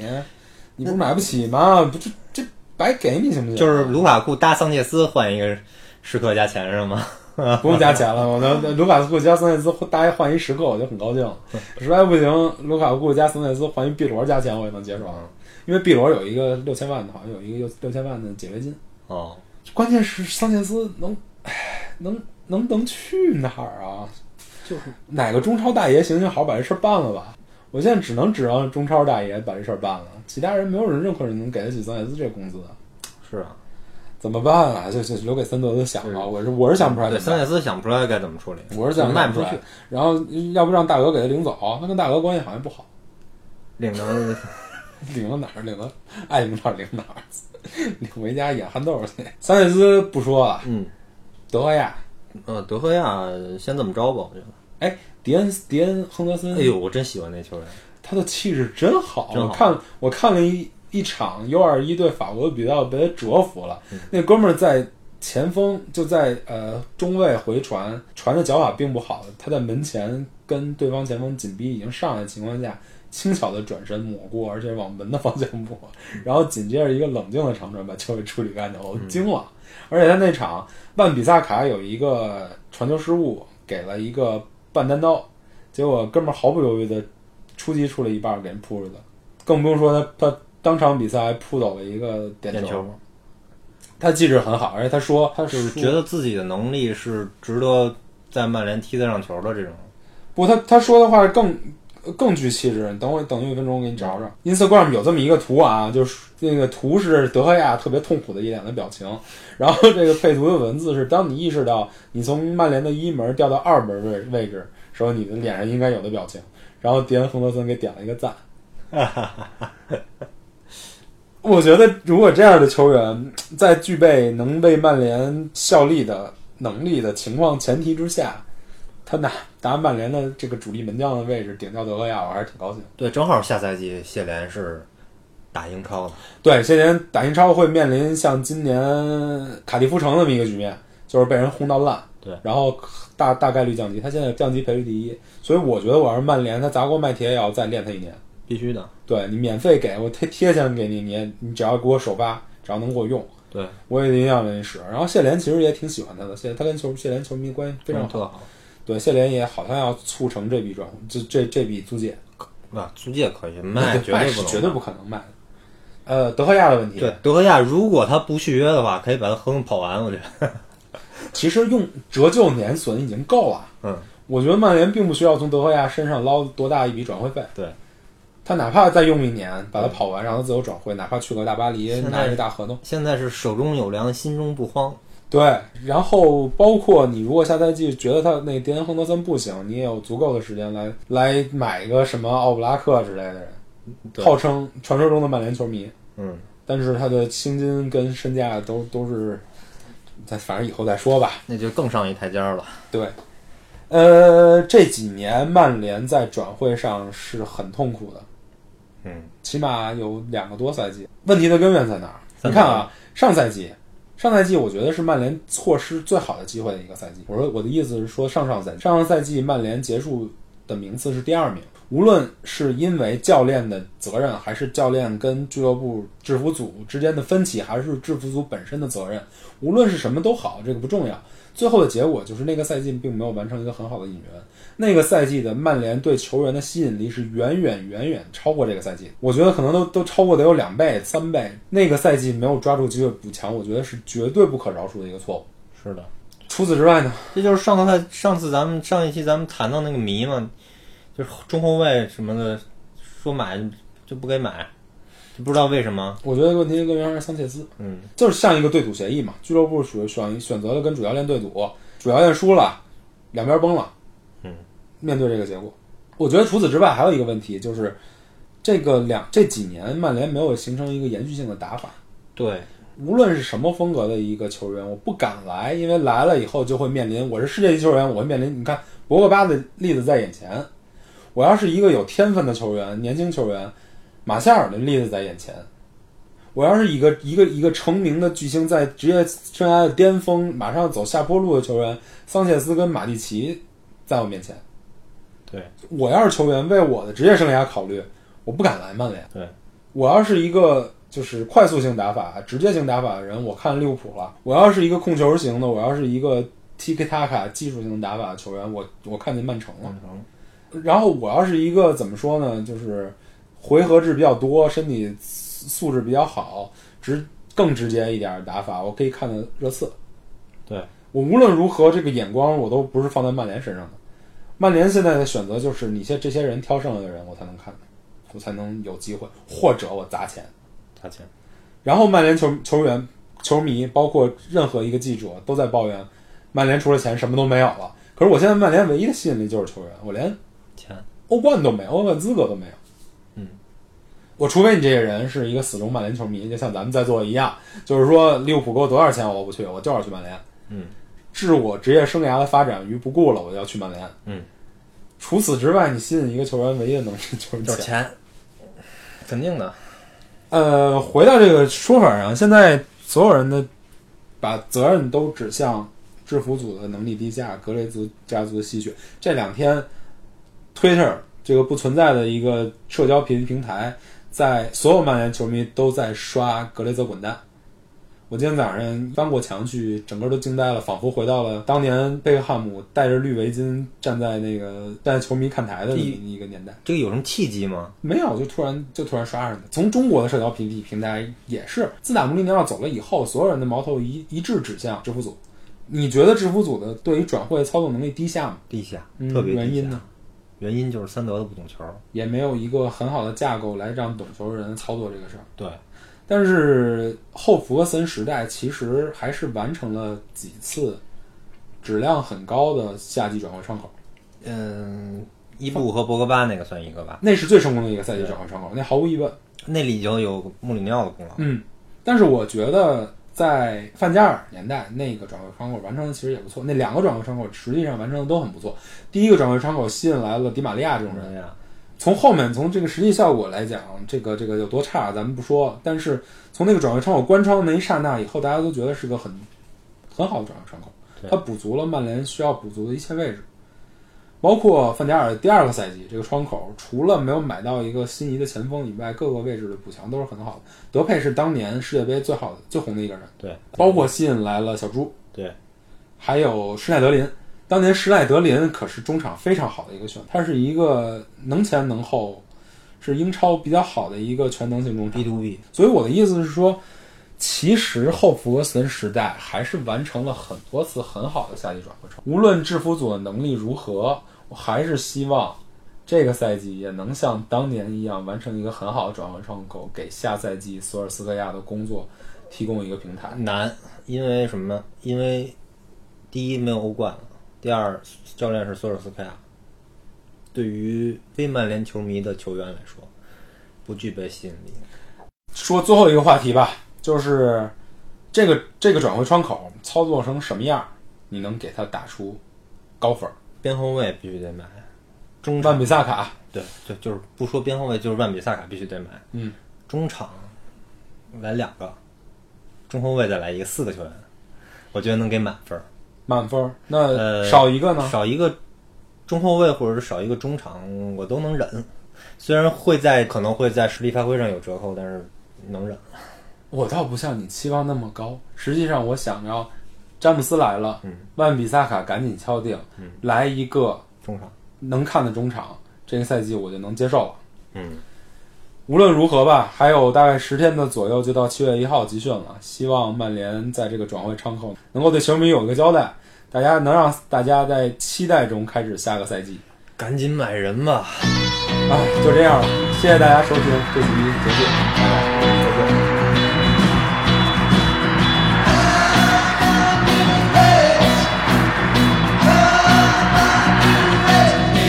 Speaker 2: 你不是买不起吗？不这这白给你行啊不行？
Speaker 3: 就是卢卡库搭桑切斯换一个时刻加钱是吗？ [laughs]
Speaker 2: 不用加钱了，我能卢卡库加桑切斯大家换一时刻，我就很高兴了。实在不行，卢卡库加桑切斯换一 B 罗加钱，我也能接受啊。因为 B 罗有一个六千万的，好像有一个六六千万的解约金。
Speaker 3: 哦，
Speaker 2: 关键是桑切斯能，唉能能能去哪儿啊？
Speaker 3: 就是
Speaker 2: 哪个中超大爷行行好把这事儿办了吧？我现在只能指望中超大爷把这事儿办了，其他人没有人任何人能给得起桑切斯这个工资，
Speaker 3: 是啊，
Speaker 2: 怎么办啊？就就留给森德德想吧。
Speaker 3: 是
Speaker 2: 我是我是想不出来
Speaker 3: 对，
Speaker 2: 怎么办。
Speaker 3: 桑切斯想不出来该怎么处理，
Speaker 2: 我是想
Speaker 3: 卖不出
Speaker 2: 出
Speaker 3: 去，，
Speaker 2: 然后要不让大鹅给他领走，他跟大鹅关系好像不好，
Speaker 3: 领着
Speaker 2: 领到哪儿领到爱领哪儿领哪儿， [laughs] 领回家演憨豆去。桑切斯不说了，
Speaker 3: 嗯，
Speaker 2: 德赫亚，
Speaker 3: 呃，德赫亚先这么着吧，我觉得。
Speaker 2: 哎，迪恩迪恩亨德森，
Speaker 3: 哎呦，我真喜欢那球员，
Speaker 2: 他的气质真好，
Speaker 3: 真好
Speaker 2: 我看我看了一一场 U 二一对法国的比赛，我被他折服了。
Speaker 3: 嗯
Speaker 2: 那哥们儿在前锋就在呃中卫回传，传的脚法并不好，他在门前跟对方前锋紧逼已经上来的情况下，轻巧的转身抹过，而且往门的方向抹，
Speaker 3: [laughs]
Speaker 2: 然后紧接着一个冷静的长传把球给处理干净了，我惊了。而且他那场万比萨卡有一个传球失误，给了一个半单刀，结果哥们儿毫不犹豫的出击出了一半儿给人扑出去了，更不用说他他当场比赛还扑走了一个点球。
Speaker 3: 点球
Speaker 2: 他气质很好，而且他说他
Speaker 3: 就是
Speaker 2: 说
Speaker 3: 觉得自己的能力是值得在曼联踢得上球的这种。
Speaker 2: 不，他他说的话更更具气质。等我等一分钟，我给你找找。Instagram 有这么一个图啊，就是那个图是德赫亚特别痛苦的一脸的表情，然后这个配图的文字是：当你意识到你从曼联的一门调到二门位位置时候，你的脸上应该有的表情。然后迪恩·亨德森给点了一个赞。我觉得，如果这样的球员在具备能为曼联效力的能力的情况前提之下，他拿拿曼联的这个主力门将的位置顶掉德赫亚，我还是挺高兴。
Speaker 3: 对，正好下赛季谢联是打英超的，
Speaker 2: 对，现年打英超会面临像今年卡迪夫城那么一个局面，就是被人轰到烂，
Speaker 3: 对
Speaker 2: 然后大大概率降级。他现在降级赔率第一，所以我觉得我要是曼联，他砸锅卖铁也要再练他一年。
Speaker 3: 必须的。
Speaker 2: 对你免费给我贴贴钱给你，你也你只要给我首发，只要能给我用，
Speaker 3: 对，
Speaker 2: 我也一定要给你使。然后谢联其实也挺喜欢他的，谢他跟球谢联球迷关系非常好。
Speaker 3: 特好。
Speaker 2: 对，谢联也好像要促成这笔转这这这笔租借，
Speaker 3: 啊，租借可以，卖绝
Speaker 2: 卖
Speaker 3: 对
Speaker 2: 是
Speaker 3: 不能，
Speaker 2: 绝对不。可能卖的。呃，德赫亚的问题，
Speaker 3: 对，德赫亚如果他不续约的话，可以把他合同跑完，我觉得。
Speaker 2: 其实用折旧年损已经够了。
Speaker 3: 嗯，
Speaker 2: 我觉得曼联并不需要从德赫亚身上捞多大一笔转会费。
Speaker 3: 对，
Speaker 2: 他哪怕再用一年把它跑完，让他自由转会，哪怕去个大巴黎
Speaker 3: 现在
Speaker 2: 拿一个大合同。
Speaker 3: 现在是手中有粮，心中不慌。
Speaker 2: 对，然后包括你如果下赛季觉得他那迪恩亨德森不行，你也有足够的时间来来买一个什么奥布拉克之类的人，
Speaker 3: 对
Speaker 2: 号称传说中的曼联球迷，
Speaker 3: 嗯，
Speaker 2: 但是他的薪金跟身价都都是，咱反正以后再说吧。
Speaker 3: 那就更上一台阶儿了。
Speaker 2: 对，呃，这几年曼联在转会上是很痛苦的，
Speaker 3: 嗯，
Speaker 2: 起码有两个多赛季。问题的根源在哪儿？
Speaker 3: 在
Speaker 2: 你
Speaker 3: 哪儿
Speaker 2: 看啊，上赛季，上赛季我觉得是曼联错失最好的机会的一个赛季。我说我的意思是说上上赛季，上上赛季曼联结束的名次是第二名。无论是因为教练的责任，还是教练跟俱乐部制服组之间的分歧，还是制服组本身的责任，无论是什么都好，这个不重要。最后的结果就是那个赛季并没有完成一个很好的引援。那个赛季的曼联对球员的吸引力是远远远远超过这个赛季，我觉得可能都 [laughs] 都超过得有两倍、三倍。那个赛季没有抓住机会补强，我觉得是绝对不可饶恕的一个错误。
Speaker 3: 是的，
Speaker 2: 除此之外呢，
Speaker 3: 这就是上个赛上次咱们上一期咱们谈到那个迷嘛，就是中后卫什么的，说买就不给买，就不知道为什么。
Speaker 2: 我觉得问题根源还是桑切斯，
Speaker 3: 嗯，
Speaker 2: 就是像一个对赌协议嘛，俱乐部属于选选择了跟主教练对赌，主教练输了，两边崩了，
Speaker 3: 嗯，
Speaker 2: 面对这个结果，我觉得除此之外还有一个问题就是，这个两这几年曼联没有形成一个延续性的打法。
Speaker 3: 对，
Speaker 2: 无论是什么风格的一个球员，我不敢来，因为来了以后就会面临我是世界级球员，我会面临你看博格巴的例子在眼前，我要是一个有天分的球员，年轻球员，马夏尔的例子在眼前，我要是一个一个一个成名的巨星，在职业生涯的巅峰马上走下坡路的球员，桑切斯跟马蒂奇在我面前，
Speaker 3: 对，
Speaker 2: 我要是球员，为我的职业生涯考虑，我不敢来曼联。
Speaker 3: 对，
Speaker 2: 我要是一个就是快速性打法、直接性打法的人，我看利物浦了；我要是一个控球型的，我要是一个 tiki taka 技术性打法的球员，我我看见曼城了。
Speaker 3: 成。
Speaker 2: 然后我要是一个怎么说呢，就是回合制比较多、身体素质比较好、直更直接一点的打法，我可以看的热刺。
Speaker 3: 对
Speaker 2: 我无论如何，这个眼光我都不是放在曼联身上的。曼联现在的选择就是，你现这些人挑剩下的人，我才能看，我才能有机会，或者我砸钱。
Speaker 3: 砸钱。
Speaker 2: 然后曼联球球员、球迷，包括任何一个记者，都在抱怨曼联除了钱什么都没有了。可是我现在曼联唯一的吸引力就是球员，我连
Speaker 3: 钱，
Speaker 2: 欧冠都没有，欧冠资格都没有。
Speaker 3: 嗯，
Speaker 2: 我除非你这个人是一个死忠曼联球迷，就像咱们在座一样，就是说利物浦给我多少钱我都不去，我就要去曼联。
Speaker 3: 嗯，
Speaker 2: 置我职业生涯的发展于不顾了，我就要去曼联。
Speaker 3: 嗯，
Speaker 2: 除此之外，你吸引一个球员唯一的能力就是
Speaker 3: 就是
Speaker 2: 钱。
Speaker 3: 钱，肯定的。
Speaker 2: 呃，回到这个说法上，现在所有人的把责任都指向制服组的能力低下、格雷泽家族的吸血。这两天，Twitter 这个不存在的一个社交频平台，在所有曼联球迷都在刷格雷泽滚蛋。我今天早上翻过墙去，整个都惊呆了，仿佛回到了当年贝克汉姆戴着绿围巾站在那个站在球迷看台的
Speaker 3: 第
Speaker 2: 一个年代。
Speaker 3: 这个有什么契机吗？
Speaker 2: 没有，就突然就突然刷上去。从中国的社交平地平台也是，自打穆里尼奥走了以后，所有人的矛头一一致指向制服组。你觉得制服组的对于转会操作能力低下吗？
Speaker 3: 低下，
Speaker 2: 嗯
Speaker 3: 特别低下
Speaker 2: 原因呢？？
Speaker 3: 原因就是三德的不懂球。
Speaker 2: 也没有一个很好的架构来让懂球人操作这个事儿。
Speaker 3: 对，
Speaker 2: 但是后弗格森时代其实还是完成了几次质量很高的夏季转会窗口，
Speaker 3: 嗯，伊布和博格巴那个算一个吧，
Speaker 2: 那是最成功的一个赛季转会窗口，那毫无疑问。
Speaker 3: 那里就有穆里尼奥的功劳。
Speaker 2: 嗯，但是我觉得在范加尔年代那个转会窗口完成的其实也不错，那两个转会窗口实际上完成的都很不错。第一个转会窗口吸引来了迪玛利亚这种人，
Speaker 3: 哎呀，
Speaker 2: 从后面从这个实际效果来讲，这个这个有多差咱们不说，但是从那个转会窗口关窗那一刹那以后，大家都觉得是个很很好的转会窗口，
Speaker 3: 对
Speaker 2: 它补足了曼联需要补足的一切位置。包括范加尔第二个赛季这个窗口，除了没有买到一个心仪的前锋以外，各个位置的补强都是很好的。德佩是当年世界杯最好的、最红的一个人，
Speaker 3: 对
Speaker 2: 包括吸引来了小猪，
Speaker 3: 对，
Speaker 2: 还有施耐德林。当年施耐德林可是中场非常好的一个选手，他是一个能前能后，是英超比较好的一个全能型中场
Speaker 3: B。to B，
Speaker 2: 所以我的意思是说，其实后弗格森时代还是完成了很多次很好的夏季转会窗，无论制服组的能力如何，我还是希望这个赛季也能像当年一样完成一个很好的转会窗口，给下赛季索尔斯克亚的工作提供一个平台。
Speaker 3: 难，因为什么呢？因为第一没有欧冠了，第二教练是索尔斯克亚，对于非曼联球迷的球员来说，不具备吸引力。
Speaker 2: 说最后一个话题吧，就是这个这个转会窗口操作成什么样，你能给他打出高分儿？
Speaker 3: 边后卫必须得买，中
Speaker 2: 万
Speaker 3: 场
Speaker 2: 比萨卡
Speaker 3: 对对，就是不说边后卫，就是万比萨卡必须得买。
Speaker 2: 嗯，
Speaker 3: 中场来两个，中后卫再来一个，四个球员，我觉得能给满分儿。
Speaker 2: 满分儿，那
Speaker 3: 呃
Speaker 2: 少一个呢？
Speaker 3: 少一个中后卫或者是少一个中场，我都能忍。虽然会在可能会在实力发挥上有折扣，但是能忍。
Speaker 2: 我倒不像你期望那么高，实际上我想要詹姆斯来了，万比萨卡赶紧敲定，来一个
Speaker 3: 中场，
Speaker 2: 能看的中场，这个赛季我就能接受了。
Speaker 3: 嗯，
Speaker 2: 无论如何吧，还有大概十天的左右就到七月一号集训了，希望曼联在这个转会窗口能够对球迷有一个交代，大家能让大家在期待中开始下个赛季。
Speaker 3: 赶紧买人吧。
Speaker 2: 哎，就这样了，谢谢大家收听这期节目，拜拜，再见。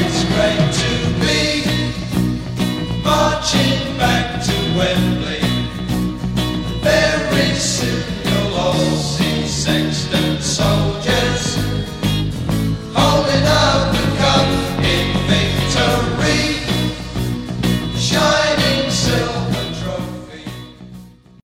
Speaker 1: It's great to be marching back to Wembley very soon.